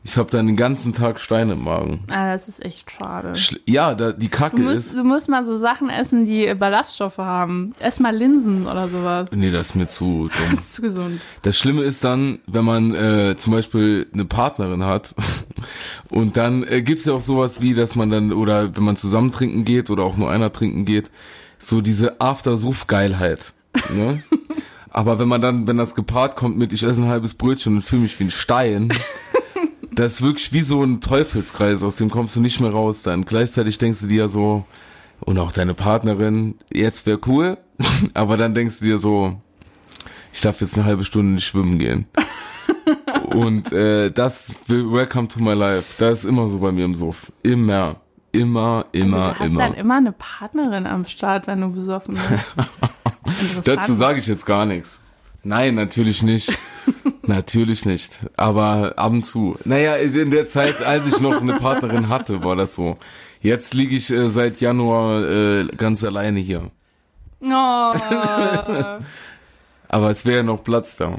S3: ich habe dann den ganzen Tag Steine im Magen.
S2: Ah, das ist echt schade.
S3: Schl ja, da, die Kacke
S2: Du musst,
S3: ist.
S2: du musst mal so Sachen essen, die äh, Ballaststoffe haben. Ess mal Linsen oder sowas.
S3: Nee, das ist mir zu dumm.
S2: Das ist zu gesund.
S3: Das Schlimme ist dann, wenn man äh, zum Beispiel eine Partnerin hat und dann äh, gibt's ja auch sowas wie, dass man dann, oder wenn man zusammen trinken geht oder auch nur einer trinken geht, so diese After-Suff-Geilheit. Ne? Aber wenn man dann, wenn das gepaart kommt mit, ich esse ein halbes Brötchen und fühle mich wie ein Stein, das ist wirklich wie so ein Teufelskreis, aus dem kommst du nicht mehr raus dann. Gleichzeitig denkst du dir so, und auch deine Partnerin, jetzt wäre cool, aber dann denkst du dir so, ich darf jetzt eine halbe Stunde nicht schwimmen gehen. Und äh, das, Welcome to my life, das ist immer so bei mir im Suff. Immer, immer, immer,
S2: also, du hast
S3: immer.
S2: dann immer eine Partnerin am Start, wenn du besoffen bist. Interessant.
S3: Dazu sage ich jetzt gar nichts. Nein, natürlich nicht. natürlich nicht. Aber ab und zu. Naja, in der Zeit, als ich noch eine Partnerin hatte, war das so. Jetzt liege ich äh, seit Januar äh, ganz alleine hier.
S2: Oh.
S3: Aber es wäre ja noch Platz da.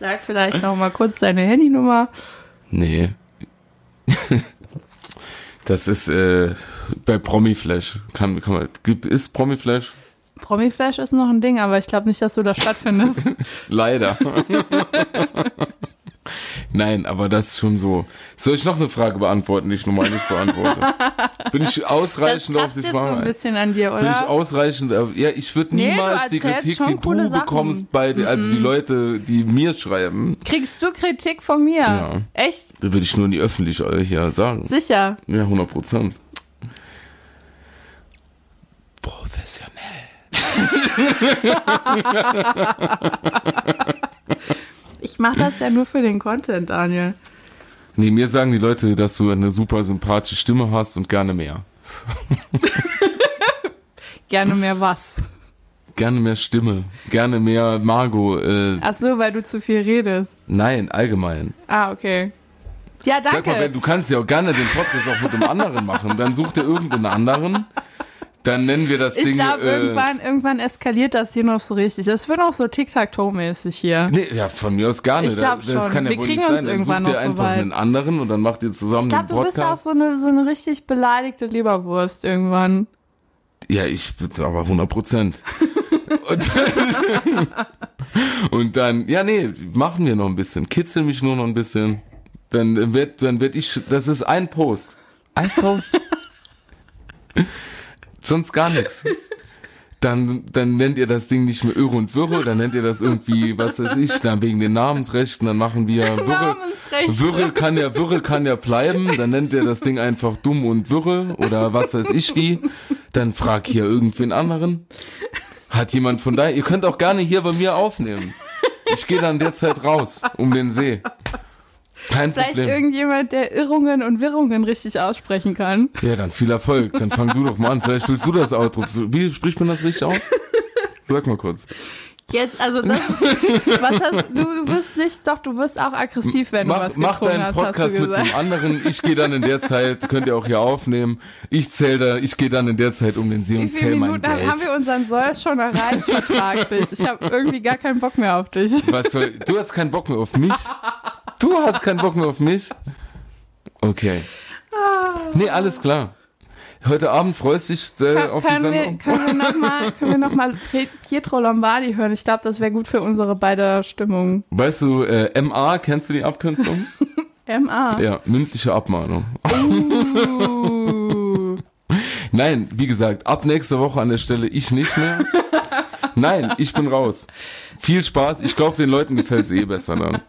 S2: Sag vielleicht noch mal kurz deine Handynummer.
S3: Nee. das ist äh, bei Promiflash. Kann, kann man, gibt- ist Promiflash?
S2: Promiflash ist noch ein Ding, aber ich glaube nicht, dass du da stattfindest.
S3: Leider. Nein, aber das ist schon so. Soll ich noch eine Frage beantworten, die ich normal nicht beantworte? Bin ich
S2: Das
S3: ausreichend auf
S2: kratzt
S3: die
S2: jetzt so ein
S3: Frage?
S2: bisschen an dir,
S3: Bin ich
S2: oder?
S3: ausreichend? auf- Ja, ich würde
S2: Nee, du
S3: niemals die
S2: erzählst
S3: Kritik,
S2: schon
S3: die
S2: coole
S3: du
S2: Sachen. Mhm.
S3: bekommst, bei dir, also die Leute, die mir schreiben,
S2: Kriegst du Kritik von mir?
S3: Ja.
S2: Echt?
S3: da würde ich nur in die Öffentlichkeit ja sagen.
S2: Sicher.
S3: Ja, 100 Prozent. Professionell.
S2: Ich mache das ja nur für den Content, Daniel.
S3: Nee, mir sagen die Leute, dass du eine super sympathische Stimme hast und gerne mehr.
S2: Gerne mehr was.
S3: Gerne mehr Stimme. Gerne mehr Margot. Äh,
S2: Ach so, weil du zu viel redest.
S3: nein, allgemein.
S2: Ah, okay. Ja, danke.
S3: Sag mal, wenn, du kannst ja auch gerne den Podcast auch mit einem anderen machen. Dann such dir irgendeinen anderen. Dann nennen wir das
S2: ich
S3: Ding.
S2: glaube,
S3: äh,
S2: irgendwann, irgendwann eskaliert das hier noch so richtig. Das wird auch so Tic-Tac-Toe-mäßig hier.
S3: Nee, ja, von mir aus gar
S2: Ich
S3: nicht.
S2: glaub
S3: das
S2: schon.
S3: kann ja
S2: Wir
S3: wohl
S2: kriegen
S3: nicht
S2: uns
S3: sein.
S2: irgendwann
S3: dann sucht ihr
S2: noch so
S3: einfach
S2: weit.
S3: einen anderen und dann macht ihr zusammen
S2: Ich glaube,
S3: den
S2: du bist auch
S3: Podcast.
S2: so eine, so eine richtig beleidigte Leberwurst irgendwann.
S3: ja, ich bin aber 100 Prozent. und, und dann, ja, nee, machen wir noch ein bisschen. Kitzel mich nur noch ein bisschen. Dann wird, dann wird ich, das ist ein Post. Ein Post. Sonst gar nichts. Dann, dann nennt ihr das Ding nicht mehr Irre und Wirre, dann nennt ihr das irgendwie, was weiß ich, dann wegen den Namensrechten, dann machen wir Wirre,
S2: Namensrecht.
S3: Wirre kann ja, Wirre kann ja bleiben, dann nennt er das Ding einfach dumm und Wirre oder was weiß ich wie. Dann frag hier irgendwen anderen. Hat jemand von da, ihr könnt auch gerne hier bei mir aufnehmen. Ich gehe dann derzeit raus um den See. Kein
S2: Vielleicht
S3: Problem.
S2: irgendjemand, der Irrungen und Wirrungen richtig aussprechen kann.
S3: Ja, dann viel Erfolg. Dann fang du doch mal an. Vielleicht willst du das Outro. Wie spricht man das richtig aus? Sag mal kurz.
S2: Jetzt, also das ist, was hast du, du wirst nicht, doch, du wirst auch aggressiv, wenn du
S3: Mach,
S2: was
S3: mach
S2: getrunken
S3: deinen
S2: hast, hast
S3: Podcast
S2: du
S3: mit
S2: gesagt.
S3: dem anderen. Ich gehe dann in der Zeit, könnt ihr auch hier aufnehmen. Ich zähle da, ich gehe dann in der Zeit um den See
S2: Wie
S3: und
S2: viele
S3: zähle mein
S2: Minuten haben,
S3: Geld.
S2: haben wir unseren Soll schon erreicht vertraglich? Ich habe irgendwie gar keinen Bock mehr auf dich.
S3: Was soll, du hast keinen Bock mehr auf mich? Du hast keinen Bock mehr auf mich? Okay.
S2: Ah.
S3: Nee, alles klar. Heute Abend freust du dich äh,
S2: Können,
S3: auf die
S2: können wir,
S3: Sendung.
S2: können wir nochmal können wir noch mal Pe- Pietro Lombardi hören? Ich glaube, das wäre gut für unsere beide Stimmung.
S3: Weißt du, äh, MA, kennst du die Abkürzung?
S2: MA.
S3: ja, mündliche Abmahnung.
S2: Uh.
S3: Nein, wie gesagt, ab nächster Woche an der Stelle ich nicht mehr. Nein, ich bin raus. Viel Spaß. Ich glaube, den Leuten gefällt es eh besser dann.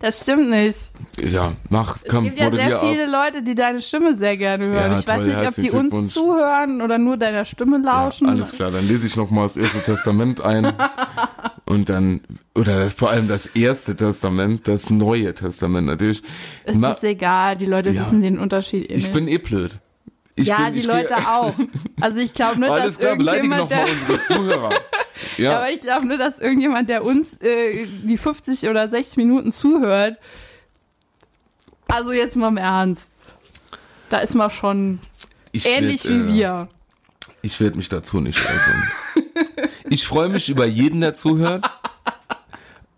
S2: Das stimmt nicht.
S3: Ja, mach,
S2: Es
S3: komm,
S2: gibt ja
S3: moderier
S2: sehr
S3: ab.
S2: viele Leute, die deine Stimme sehr gerne hören.
S3: Ja,
S2: ich weiß
S3: toll,
S2: nicht, ob die
S3: herzlichen
S2: uns
S3: Glückwunsch.
S2: zuhören oder nur deiner Stimme lauschen.
S3: Alles klar, dann lese ich nochmal das Erste Testament ein. Und dann, oder das, vor allem das Erste Testament, das Neue Testament natürlich.
S2: es
S3: Na,
S2: ist egal, die Leute
S3: Ja.
S2: wissen den Unterschied eh
S3: ich
S2: nicht.
S3: bin eh blöd. Ich
S2: ja,
S3: bin,
S2: die
S3: ich
S2: Leute
S3: Geh,
S2: auch. Also ich glaube nicht,
S3: alles
S2: dass
S3: klar, beleidige
S2: irgendjemand, der
S3: nochmal unsere Zuhörer. Ja,
S2: Aber ich glaube nur, dass irgendjemand, der uns äh, die 50 oder 60 Minuten zuhört, also jetzt mal im Ernst, da ist man schon
S3: ich
S2: ähnlich
S3: werd,
S2: wie
S3: äh,
S2: wir.
S3: Ich werde mich dazu nicht äußern. ich freue mich über jeden, der zuhört,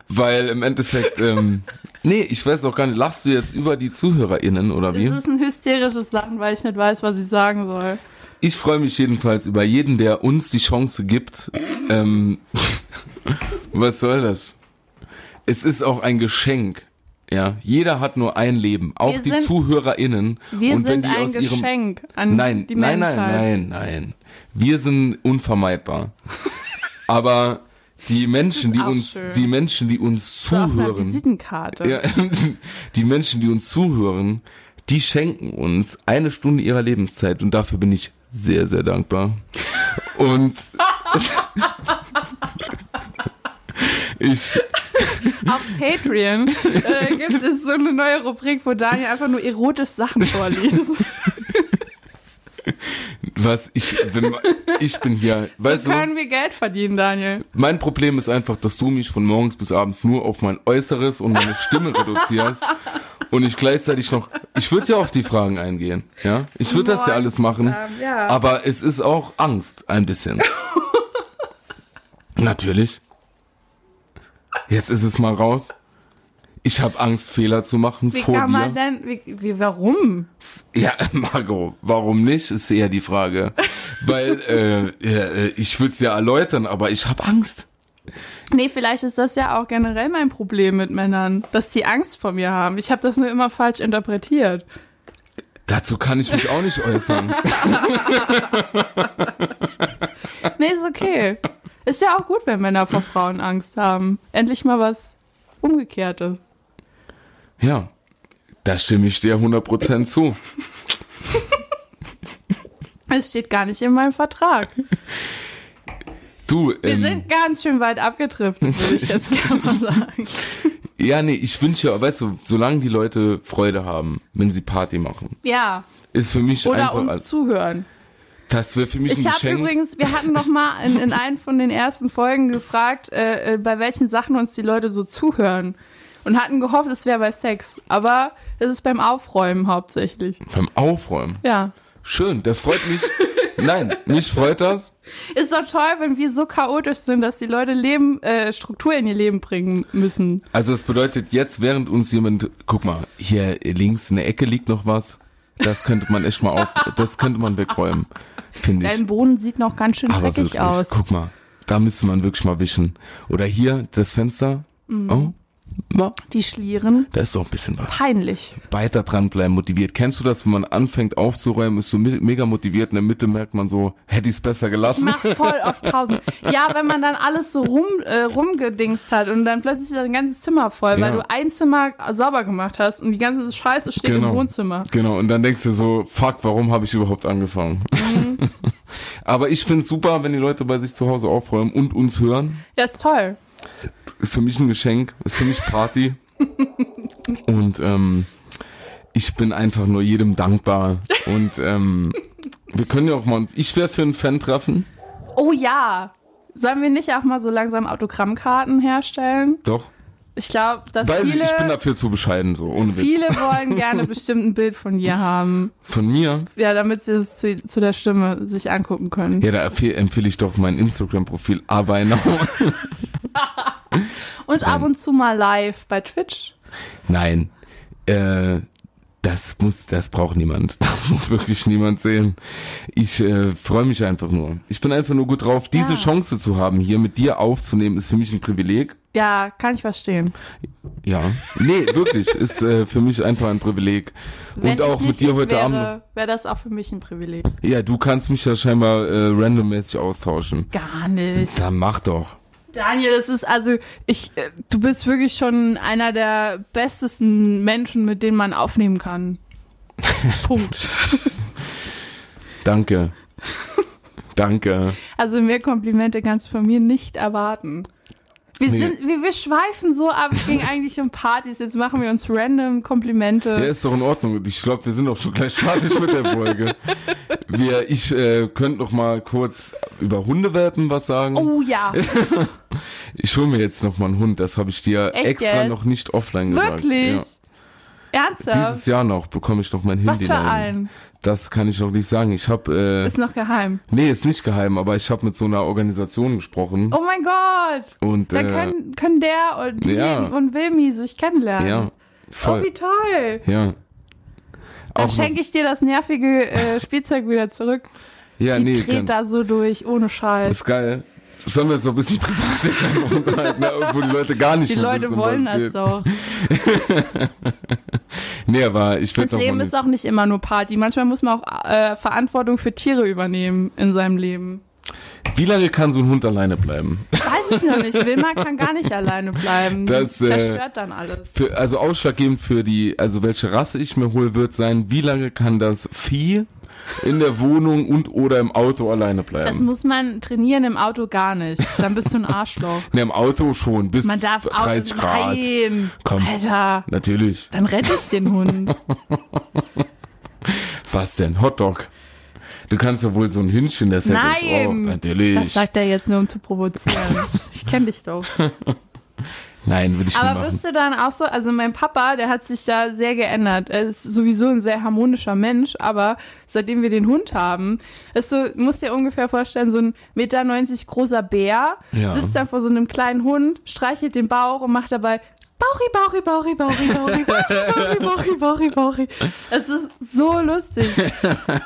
S3: weil im Endeffekt, ähm, nee, ich weiß auch gar nicht, lachst du jetzt über die ZuhörerInnen oder wie?
S2: Es ist ein hysterisches Lachen, weil ich nicht weiß, was ich sagen soll.
S3: Ich freue mich jedenfalls über jeden, der uns die Chance gibt. Ähm, was soll das? Es ist auch ein Geschenk. Ja, jeder hat nur ein Leben, auch
S2: Wir
S3: die
S2: sind-
S3: ZuhörerInnen.
S2: Wir
S3: und wenn
S2: sind
S3: die
S2: ein
S3: aus ihrem
S2: Geschenk an
S3: Nein,
S2: die
S3: nein,
S2: Menschheit.
S3: nein, nein, nein. Wir sind unvermeidbar. Aber die Menschen, die
S2: auch
S3: uns,
S2: schön.
S3: die Menschen, die uns
S2: So auf einer
S3: zuhören,
S2: Visitenkarte.
S3: ja, die Menschen, die uns zuhören, die schenken uns eine Stunde ihrer Lebenszeit und dafür bin ich sehr, sehr dankbar. Und ich,
S2: Auf Patreon äh, gibt es so eine neue Rubrik, wo Daniel einfach nur erotisch Sachen vorliest.
S3: was ich, wenn, ich bin hier, weißt
S2: so
S3: du,
S2: können wir Geld verdienen, Daniel.
S3: mein Problem ist einfach, dass du mich von morgens bis abends nur auf mein Äußeres und meine Stimme reduzierst und ich gleichzeitig noch, ich würde ja auf die Fragen eingehen, ja, ich würde das ja alles machen,
S2: Ähm, ja.
S3: Aber es ist auch Angst, ein bisschen. Natürlich. Jetzt ist es mal raus. Ich habe Angst, Fehler zu machen
S2: Wie
S3: vor
S2: kann
S3: dir.
S2: man denn, wie, wie, warum?
S3: Ja, Margot, warum nicht, ist eher die Frage. Weil äh, ja, äh, ich würde es ja erläutern, aber ich habe Angst.
S2: Nee, vielleicht ist das ja auch generell mein Problem mit Männern, dass sie Angst vor mir haben. Ich habe das nur immer falsch interpretiert.
S3: Dazu kann ich mich auch nicht äußern.
S2: Nee, ist okay. Ist ja auch gut, wenn Männer vor Frauen Angst haben. Endlich mal was Umgekehrtes.
S3: Ja, da stimme ich dir 100% zu.
S2: Es steht gar nicht in meinem Vertrag.
S3: Du,
S2: Wir
S3: ähm,
S2: sind ganz schön weit abgetriftet, würde ich jetzt gerne mal sagen.
S3: ja, nee, ich wünsche, ja, weißt du, solange die Leute Freude haben, wenn sie Party machen,
S2: Ja,
S3: ist für mich
S2: oder
S3: einfach
S2: uns
S3: als-
S2: zuhören.
S3: Das wäre für mich ein
S2: Ich habe
S3: Geschenk.
S2: übrigens, wir hatten noch mal in, in einen von den ersten Folgen gefragt, äh, äh, bei welchen Sachen uns die Leute so zuhören. Und hatten gehofft, es wäre bei Sex. Aber es ist beim Aufräumen hauptsächlich.
S3: Beim Aufräumen.
S2: Ja.
S3: Schön, das freut mich. Nein, mich freut das.
S2: Ist doch toll, wenn wir so chaotisch sind, dass die Leute Leben, äh, Struktur in ihr Leben bringen müssen.
S3: Also es bedeutet jetzt, während uns jemand, guck mal, hier links in der Ecke liegt noch was. Das könnte man echt mal auf, das könnte man wegräumen, finde ich.
S2: Dein Boden sieht noch ganz schön
S3: Aber
S2: dreckig
S3: wirklich,
S2: aus.
S3: guck mal, da müsste man wirklich mal wischen. Oder hier das Fenster.
S2: Mhm.
S3: Oh, na,
S2: Die Schlieren.
S3: da ist doch ein bisschen was.
S2: Peinlich.
S3: Weiter dranbleiben, motiviert. Kennst du das, wenn man anfängt aufzuräumen, ist so mi- mega motiviert, in der Mitte merkt man so, hätte ich es besser
S2: Ich
S3: gelassen.
S2: mach voll oft Pausen. Ja, wenn man dann alles so rum, äh, rumgedingst hat und dann plötzlich ist dein ganzes Zimmer voll, weil
S3: Ja.
S2: du ein Zimmer sauber gemacht hast und die ganze Scheiße steht
S3: Genau.
S2: im Wohnzimmer.
S3: Genau, und dann denkst du so, fuck, warum habe ich überhaupt angefangen?
S2: Mhm.
S3: Aber ich find's super, wenn die Leute bei sich zu Hause aufräumen und uns hören.
S2: Ja, ist toll.
S3: Ist für mich ein Geschenk, ist für mich Party. und ähm, ich bin einfach nur jedem dankbar. Und ähm, wir können ja auch mal, ich wäre für ein Fan-Treffen.
S2: Oh ja. Sollen wir nicht auch mal so langsam Autogrammkarten herstellen?
S3: Doch.
S2: Ich glaube, dass
S3: Weiß ich,
S2: viele,
S3: ich bin dafür zu bescheiden, so, ohne Witz.
S2: viele wollen gerne bestimmt ein Bild von dir haben.
S3: Von mir
S2: Ja, damit sie es zu, zu der Stimme sich angucken können.
S3: Ja, da empfehle empfehle ich doch mein Instagram-Profil Abeinau.
S2: Und ab
S3: ähm.
S2: und zu mal live bei Twitch.
S3: Nein, äh, das muss, das braucht niemand. Das muss wirklich niemand sehen. Ich äh, freue mich einfach nur. Ich bin einfach nur gut drauf, diese
S2: Ja.
S3: Chance zu haben, hier mit dir aufzunehmen, ist für mich ein Privileg.
S2: Ja, kann ich verstehen.
S3: Ja, nee, wirklich, ist äh, für mich einfach ein Privileg.
S2: Wenn
S3: Und auch
S2: ich
S3: mit
S2: nicht
S3: dir
S2: ich
S3: heute
S2: wäre,
S3: Abend.
S2: Wäre das auch für mich ein Privileg.
S3: Ja, du kannst mich ja scheinbar äh, randommäßig austauschen.
S2: Gar nicht.
S3: Dann mach doch.
S2: Daniel, das ist also, ich, äh, du bist wirklich schon einer der bestesten Menschen, mit denen man aufnehmen kann. Punkt.
S3: Danke. Danke.
S2: Also mehr Komplimente kannst du von mir nicht erwarten. Wir,
S3: Nee.
S2: sind, wir, wir schweifen so ab, es ging eigentlich um Partys, jetzt machen wir uns random Komplimente.
S3: Ja, ist doch in Ordnung. Ich glaube, wir sind auch schon gleich fertig mit der Folge. Wir, ich äh, könnte noch mal kurz über Hundewelpen was sagen.
S2: Oh ja,
S3: Ich hole mir jetzt noch mal einen Hund. Das habe ich dir
S2: Echt
S3: extra
S2: jetzt?
S3: noch nicht offline gesagt.
S2: wirklich.
S3: Ja.
S2: Ernsthaft?
S3: Dieses Jahr noch bekomme ich noch mein
S2: Was
S3: Handy.
S2: für
S3: rein.
S2: einen?
S3: Das kann ich noch nicht sagen. Ich habe,
S2: Ist noch geheim.
S3: äh, nee, ist nicht geheim, aber ich habe mit so einer Organisation gesprochen
S2: Oh mein Gott.
S3: und
S2: Dann
S3: äh,
S2: können, können der und, die
S3: ja.
S2: und Wilmi sich kennenlernen.
S3: ja,
S2: Oh, wie
S3: voll,
S2: toll.
S3: ja.
S2: Dann
S3: noch-
S2: schenke ich dir das nervige äh, Spielzeug wieder zurück.
S3: ja,
S2: Die
S3: nee,
S2: dreht
S3: kann-
S2: da so durch, ohne Scheiß.
S3: Ist geil. Sollen wir so ein bisschen privat jetzt einfach unterhalten, ne? wo die Leute gar nicht
S2: Die Leute
S3: wissen,
S2: wollen
S3: was
S2: das
S3: geht.
S2: doch.
S3: Nee, aber ich
S2: Das
S3: werde doch
S2: Leben
S3: mal
S2: ist auch nicht immer nur Party. Manchmal muss man auch äh, Verantwortung für Tiere übernehmen in seinem Leben.
S3: Wie lange kann so ein Hund alleine bleiben?
S2: Weiß ich noch nicht. Wilma kann gar nicht alleine bleiben.
S3: Das,
S2: Das,
S3: äh,
S2: zerstört dann alles.
S3: Für, also ausschlaggebend für die, also welche Rasse ich mir hole, wird sein, wie lange kann das Vieh in der Wohnung und oder im Auto alleine
S2: Das
S3: bleiben?
S2: muss man trainieren im Auto gar nicht. Dann bist du ein Arschloch.
S3: Ne, im Auto schon, bis
S2: Man darf Auto
S3: 30 Grad.
S2: Nein.
S3: Komm.
S2: Alter.
S3: Natürlich.
S2: Dann rette ich den Hund.
S3: Was denn? Hotdog. Du kannst ja wohl so ein Hündchen, das hält uns
S2: Nein.
S3: auf. Natürlich.
S2: Das sagt er jetzt nur, um zu provozieren. Ich kenne dich doch.
S3: Nein, würde ich nicht
S2: Aber
S3: machen.
S2: wirst du dann auch so, also mein Papa, der hat sich da sehr geändert. Er ist sowieso ein sehr harmonischer Mensch, aber seitdem wir den Hund haben, ist so, musst dir ungefähr vorstellen, so ein Meter 90 großer Bär
S3: Ja.
S2: sitzt dann vor so einem kleinen Hund, streichelt den Bauch und macht dabei Bauchi, Bauchi, Bauchi, Bauchi, Bauchi, Bauchi, Bauchi, Bauchi, Bauchi. Es ist so lustig.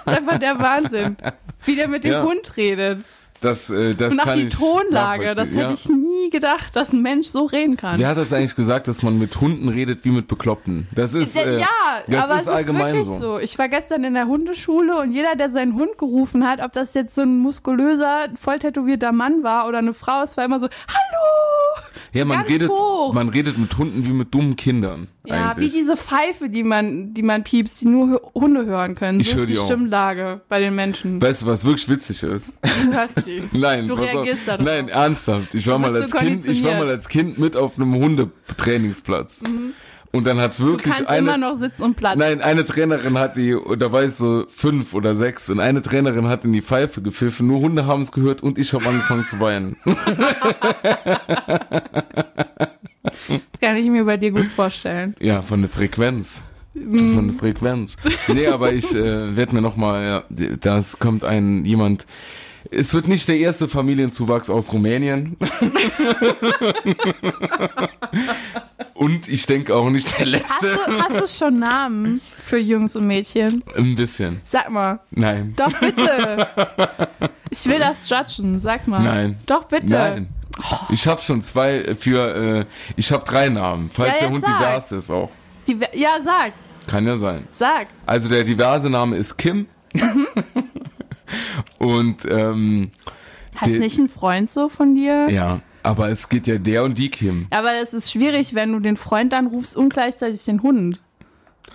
S2: Einfach der Wahnsinn. Wie der mit dem
S3: Ja.
S2: Hund redet.
S3: Das, äh, das
S2: Und auch
S3: kann
S2: die
S3: ich
S2: Tonlage, das
S3: nachvollziehen,
S2: hätte
S3: ja.
S2: ich nie gedacht, dass ein Mensch so reden kann.
S3: Wer hat das eigentlich gesagt, dass man mit Hunden redet wie mit Bekloppten? Das ist
S2: Ja,
S3: äh,
S2: ja,
S3: das
S2: aber
S3: ist
S2: es ist
S3: allgemein
S2: wirklich so.
S3: so.
S2: Ich war gestern in der Hundeschule und jeder, der seinen Hund gerufen hat, ob das jetzt so ein muskulöser, voll tätowierter Mann war oder eine Frau, es war immer so, hallo!
S3: Ja, man
S2: Ganz
S3: redet,
S2: hoch.
S3: man redet mit Hunden wie mit dummen Kindern.
S2: Ja,
S3: eigentlich.
S2: wie diese Pfeife, die man, die man piepst, die nur Hö- Hunde hören können.
S3: Ich
S2: so
S3: höre
S2: ist die
S3: die auch.
S2: Stimmlage bei den Menschen.
S3: Weißt du, was wirklich witzig ist?
S2: Du hörst die.
S3: Nein,
S2: Du
S3: pass
S2: reagierst
S3: auf.
S2: darauf.
S3: Nein, ernsthaft. Ich war mal
S2: bist
S3: als
S2: so
S3: Kind, ich war
S2: konditioniert.
S3: mal als Kind mit auf einem Hundetrainingsplatz. Und dann hat
S2: Mhm. Du
S3: wirklich
S2: kannst
S3: eine.
S2: immer noch Sitz und Platz.
S3: Nein, eine Trainerin hat die, und da war ich so fünf oder sechs, und eine Trainerin hat in die Pfeife gepfiffen, nur Hunde haben es gehört und ich habe angefangen zu weinen.
S2: Das kann ich mir bei dir gut vorstellen.
S3: Ja, von der Frequenz. Von der Frequenz. Nee, aber ich äh, werde mir nochmal, ja, das kommt ein jemand. Es wird nicht der erste Familienzuwachs aus Rumänien. und ich denke auch nicht der
S2: Hast
S3: letzte.
S2: du, hast du schon Namen für Jungs und Mädchen?
S3: Ein bisschen.
S2: Sag mal.
S3: Nein.
S2: Doch bitte. Ich will das judgen, sag mal.
S3: Nein.
S2: Doch bitte.
S3: Nein. Ich habe schon zwei für, äh, ich habe drei Namen, falls
S2: Ja,
S3: der
S2: jetzt
S3: Hund
S2: sag.
S3: divers ist auch.
S2: Die, ja, sag,
S3: Kann ja sein.
S2: sag.
S3: Also der diverse Name ist Kim.
S2: Mhm.
S3: Und ähm,
S2: Hast
S3: Die-
S2: nicht ein Freund so von dir?
S3: ja, aber es geht ja der und die Kim.
S2: Aber es ist schwierig, wenn du den Freund dann rufst und gleichzeitig den Hund.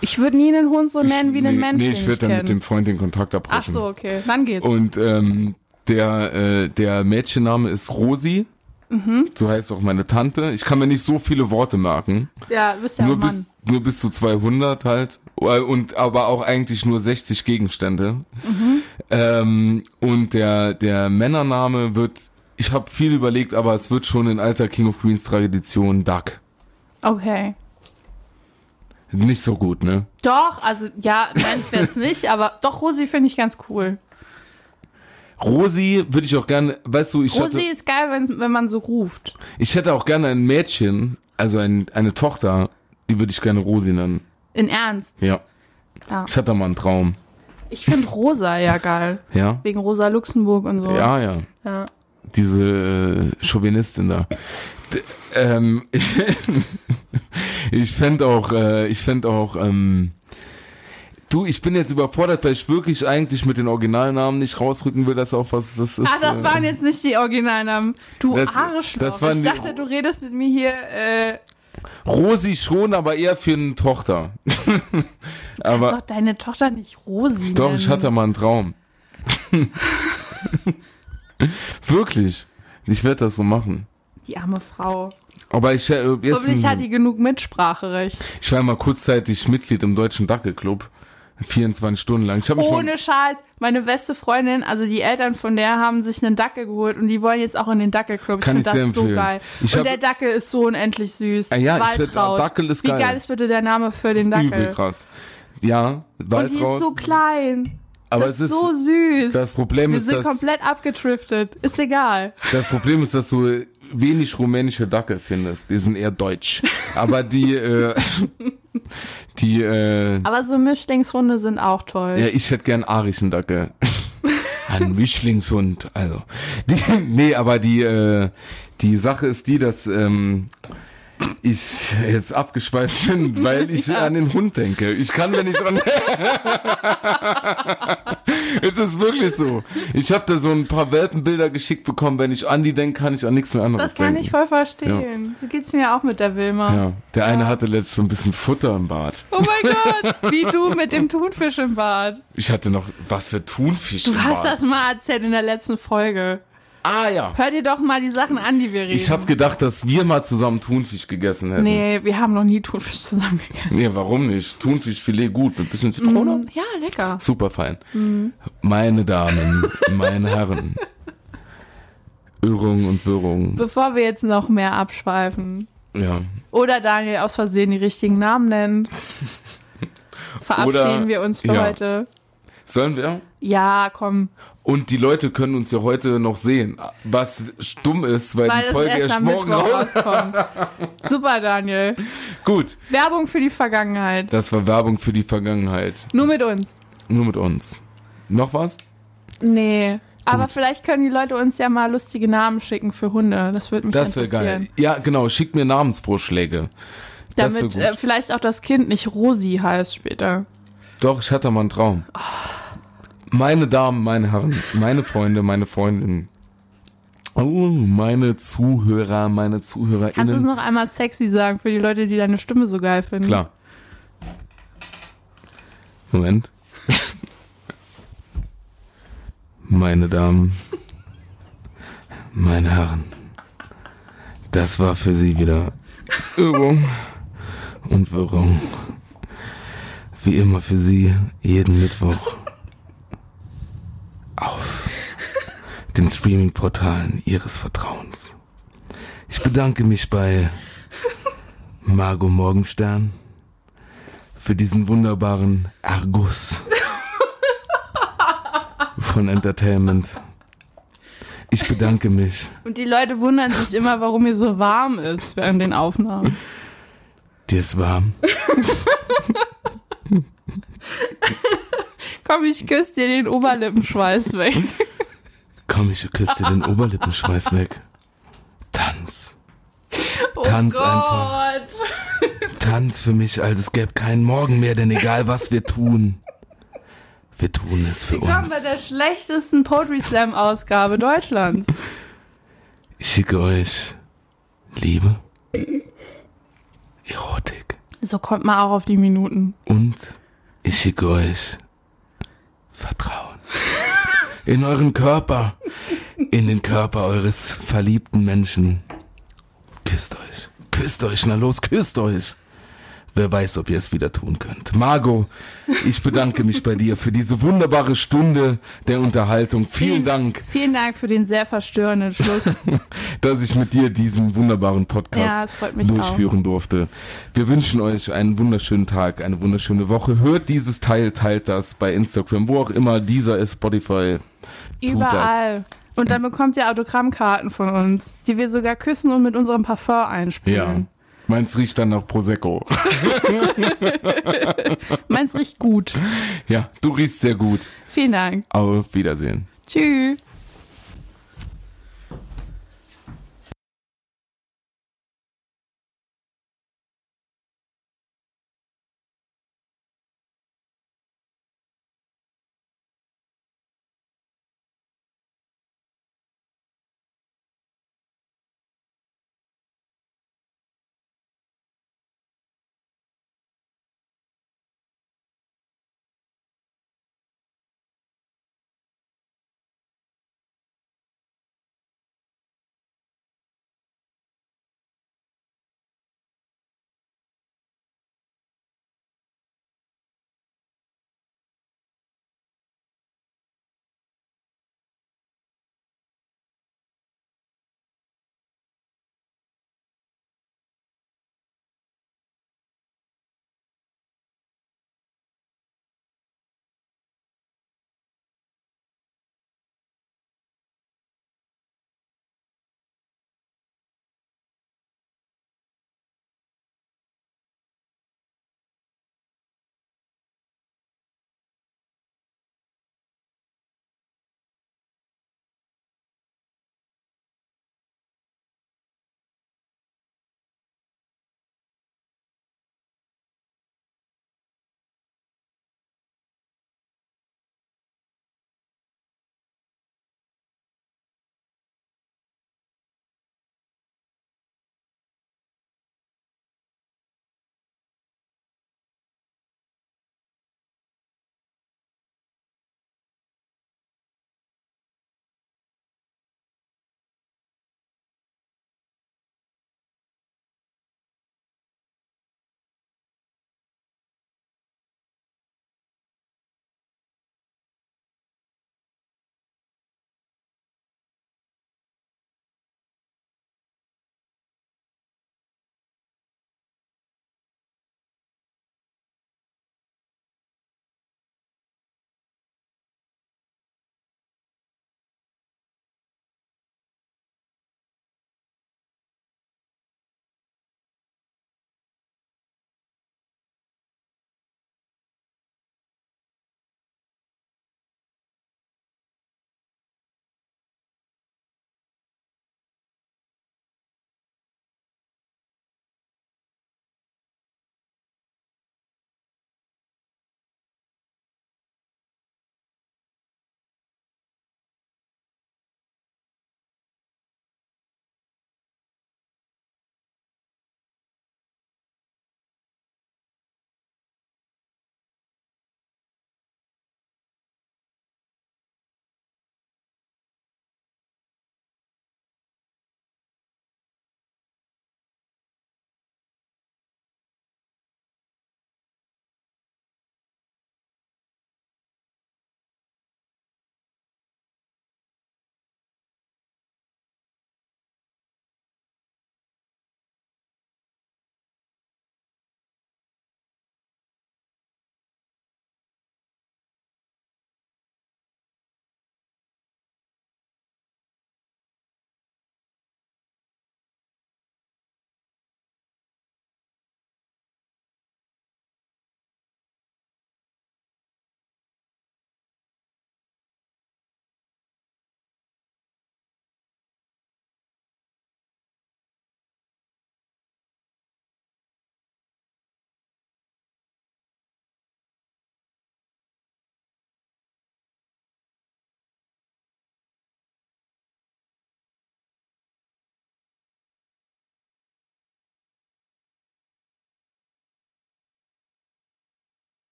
S2: Ich würde nie einen Hund so nennen wie einen
S3: nee,
S2: Menschen.
S3: Nee, ich würde dann mit dem Freund den Kontakt abbrechen.
S2: Ach so, okay. Dann geht's.
S3: Und ähm, der, äh, der Mädchenname ist Rosi.
S2: Mhm.
S3: So heißt auch meine Tante. Ich kann mir nicht so viele Worte merken.
S2: ja, bist ja
S3: nur,
S2: ein
S3: bis,
S2: Mann.
S3: nur bis zu 200 halt. Äh, Und aber auch eigentlich nur 60 Gegenstände.
S2: Mhm.
S3: Ähm, und der, der Männername wird, ich habe viel überlegt, aber es wird schon in alter King of Queens Tradition Duck.
S2: Okay.
S3: Nicht so gut, ne?
S2: Doch, also ja, meins wär's nicht, aber doch, Rosi finde ich ganz cool.
S3: Rosi würde ich auch gerne, weißt du, ich hatte,
S2: Rosi ist geil, wenn, wenn man so ruft.
S3: ich hätte auch gerne ein Mädchen, also ein, eine Tochter, die würde ich gerne Rosi nennen.
S2: In Ernst.
S3: Ja.
S2: Ja.
S3: Ich hatte mal einen Traum.
S2: Ich finde Rosa ja geil.
S3: Ja.
S2: Wegen Rosa Luxemburg und so.
S3: Ja, ja.
S2: ja.
S3: diese äh, Chauvinistin da. D ähm, ich ich fänd auch, äh, ich fänd auch, ähm, du, ich bin jetzt überfordert, weil ich wirklich eigentlich mit den Originalnamen nicht rausrücken will, dass auch was das ist.
S2: Ah, das
S3: äh,
S2: waren jetzt nicht die Originalnamen. Du
S3: Das-
S2: Arschloch.
S3: das waren
S2: ich
S3: die-
S2: dachte, du redest mit mir hier. Äh,
S3: Rosi schon, aber eher für eine Tochter.
S2: aber
S3: aber
S2: doch deine Tochter nicht Rosi.
S3: doch,
S2: nennen.
S3: ich hatte mal einen Traum. wirklich. Ich werde das so machen.
S2: Die arme Frau.
S3: Aber ich, äh, jetzt
S2: Hoffentlich hat die genug Mitspracherecht.
S3: Ich war mal kurzzeitig Mitglied im Deutschen Dackelclub. 24 Stunden lang. Ich habe mich mal,
S2: Ohne Scheiß. Meine beste Freundin, also die Eltern von der, haben sich einen Dackel geholt und die wollen jetzt auch in den Dackelclub. Ich
S3: Kann
S2: finde
S3: ich
S2: das
S3: sehr
S2: so
S3: empfehlen.
S2: geil.
S3: Ich hab-
S2: und der Dackel ist so unendlich süß.
S3: Ah ja, ich find,
S2: Waltraud.
S3: Dackel ist
S2: Wie
S3: geil.
S2: geil ist bitte der Name für den
S3: übel
S2: Dackel?
S3: krass. Ja,
S2: Und die ist
S3: Waldraut.
S2: so klein.
S3: aber
S2: das
S3: es ist
S2: so süß.
S3: das Problem
S2: Wir
S3: ist,
S2: sind
S3: dass-
S2: komplett abgetriftet. Ist egal.
S3: das Problem ist, dass du wenig rumänische Dackel findest. Die sind eher deutsch. Aber die äh, die äh,
S2: Aber so Mischlingshunde sind auch toll.
S3: ja, ich hätte gern arischen Dackel. Ein Mischlingshund, also. Die, nee, aber die äh, die Sache ist die, dass ähm, ich jetzt abgeschweift bin, weil ich an den Hund denke. Ich kann mir nicht dran. es ist wirklich so. Ich habe da so ein paar Welpenbilder geschickt bekommen. Wenn ich an die denke, kann ich an nichts mehr anderes
S2: das kann
S3: denken.
S2: ich voll verstehen. So geht's mir auch mit der Wilma.
S3: ja, der eine hatte letztens so ein bisschen Futter im Bad.
S2: Oh mein Gott, wie du mit dem Thunfisch im Bad.
S3: Ich hatte noch was für Thunfisch
S2: Du
S3: im
S2: hast
S3: Bad.
S2: das mal erzählt in der letzten Folge.
S3: Ah ja.
S2: Hör dir doch mal die Sachen an, die wir reden.
S3: Ich habe gedacht, dass wir mal zusammen Thunfisch gegessen hätten. Nee,
S2: nee, wir haben noch nie Thunfisch zusammen gegessen.
S3: warum nicht? Thunfischfilet gut mit bisschen Zitrone.
S2: Ja, lecker.
S3: Super fein.
S2: Mhm.
S3: Meine Damen, meine Herren. Irrung und Wirrung.
S2: Bevor wir jetzt noch mehr abschweifen
S3: Ja.
S2: oder Daniel aus Versehen die richtigen Namen nennt, verabschieden
S3: Oder-
S2: wir uns für
S3: ja.
S2: heute.
S3: Sollen wir?
S2: Ja, komm.
S3: Und die Leute können uns ja heute noch sehen, was dumm ist, weil,
S2: Weil
S3: die
S2: es
S3: Folge
S2: erst
S3: erst
S2: am
S3: morgen
S2: Mittwoch
S3: raus.
S2: rauskommt. Super, Daniel.
S3: Gut,
S2: Werbung für die Vergangenheit.
S3: das war Werbung für die Vergangenheit.
S2: Nur mit uns.
S3: Nur mit uns. Noch was?
S2: Nee. Aber vielleicht können die Leute uns ja mal lustige Namen schicken für Hunde. Das würde mich
S3: Das wäre
S2: interessieren.
S3: geil. Ja, genau. Schickt mir Namensvorschläge. Das wär
S2: Damit
S3: gut.
S2: äh, vielleicht auch das Kind nicht Rosi heißt später.
S3: Doch, ich hatte mal einen Traum. Meine Damen, meine Herren, meine Freunde, meine Freundinnen. Oh, meine Zuhörer, meine
S2: Kannst du es
S3: ZuhörerInnen.
S2: noch einmal sexy sagen für die Leute, die deine Stimme so geil finden?
S3: Klar. Moment. meine Damen, meine Herren. Das war für Sie wieder Übung und Wirrung. Wie immer für Sie jeden Mittwoch auf den Streaming-Portalen Ihres Vertrauens. Ich bedanke mich bei Margot Morgenstern für diesen wunderbaren Argus von Entertainment. Ich bedanke mich.
S2: Und die Leute wundern sich immer, warum hier so warm ist während den Aufnahmen.
S3: Dir ist warm.
S2: Komm, ich küsse dir den Oberlippenschweiß weg.
S3: Komm, ich küsse dir den Oberlippenschweiß weg. Tanz.
S2: Oh
S3: Tanz
S2: Gott.
S3: einfach. Tanz für mich, als es gäbe keinen Morgen mehr, denn egal was wir tun, wir tun es für
S2: Wir kommen bei der
S3: uns.
S2: schlechtesten Poetry Slam Ausgabe Deutschlands.
S3: Ich schicke euch Liebe, Erotik
S2: So kommt man auch auf die Minuten.
S3: und ich schicke euch Vertrauen. In euren Körper, in den Körper eures verliebten Menschen. Küsst euch, küsst euch, na los, küsst euch. Wer weiß, ob ihr es wieder tun könnt. Margot, ich bedanke mich bei dir für diese wunderbare Stunde der Unterhaltung. Vielen Dank,
S2: Vielen Dank für den sehr verstörenden Schluss.
S3: dass ich mit dir diesen wunderbaren Podcast
S2: Ja, es freut mich auch.
S3: durchführen durfte. Wir wünschen euch einen wunderschönen Tag, eine wunderschöne Woche. Hört dieses Teil, teilt das bei Instagram, wo auch immer dieser ist, Spotify.
S2: Überall. Und dann bekommt ihr Autogrammkarten von uns, die wir sogar küssen und mit unserem Parfum
S3: Ja.
S2: einspielen.
S3: Meins riecht dann nach Prosecco.
S2: Meins riecht gut.
S3: Ja, du riechst sehr gut.
S2: Vielen Dank.
S3: Auf Wiedersehen.
S2: Tschüss.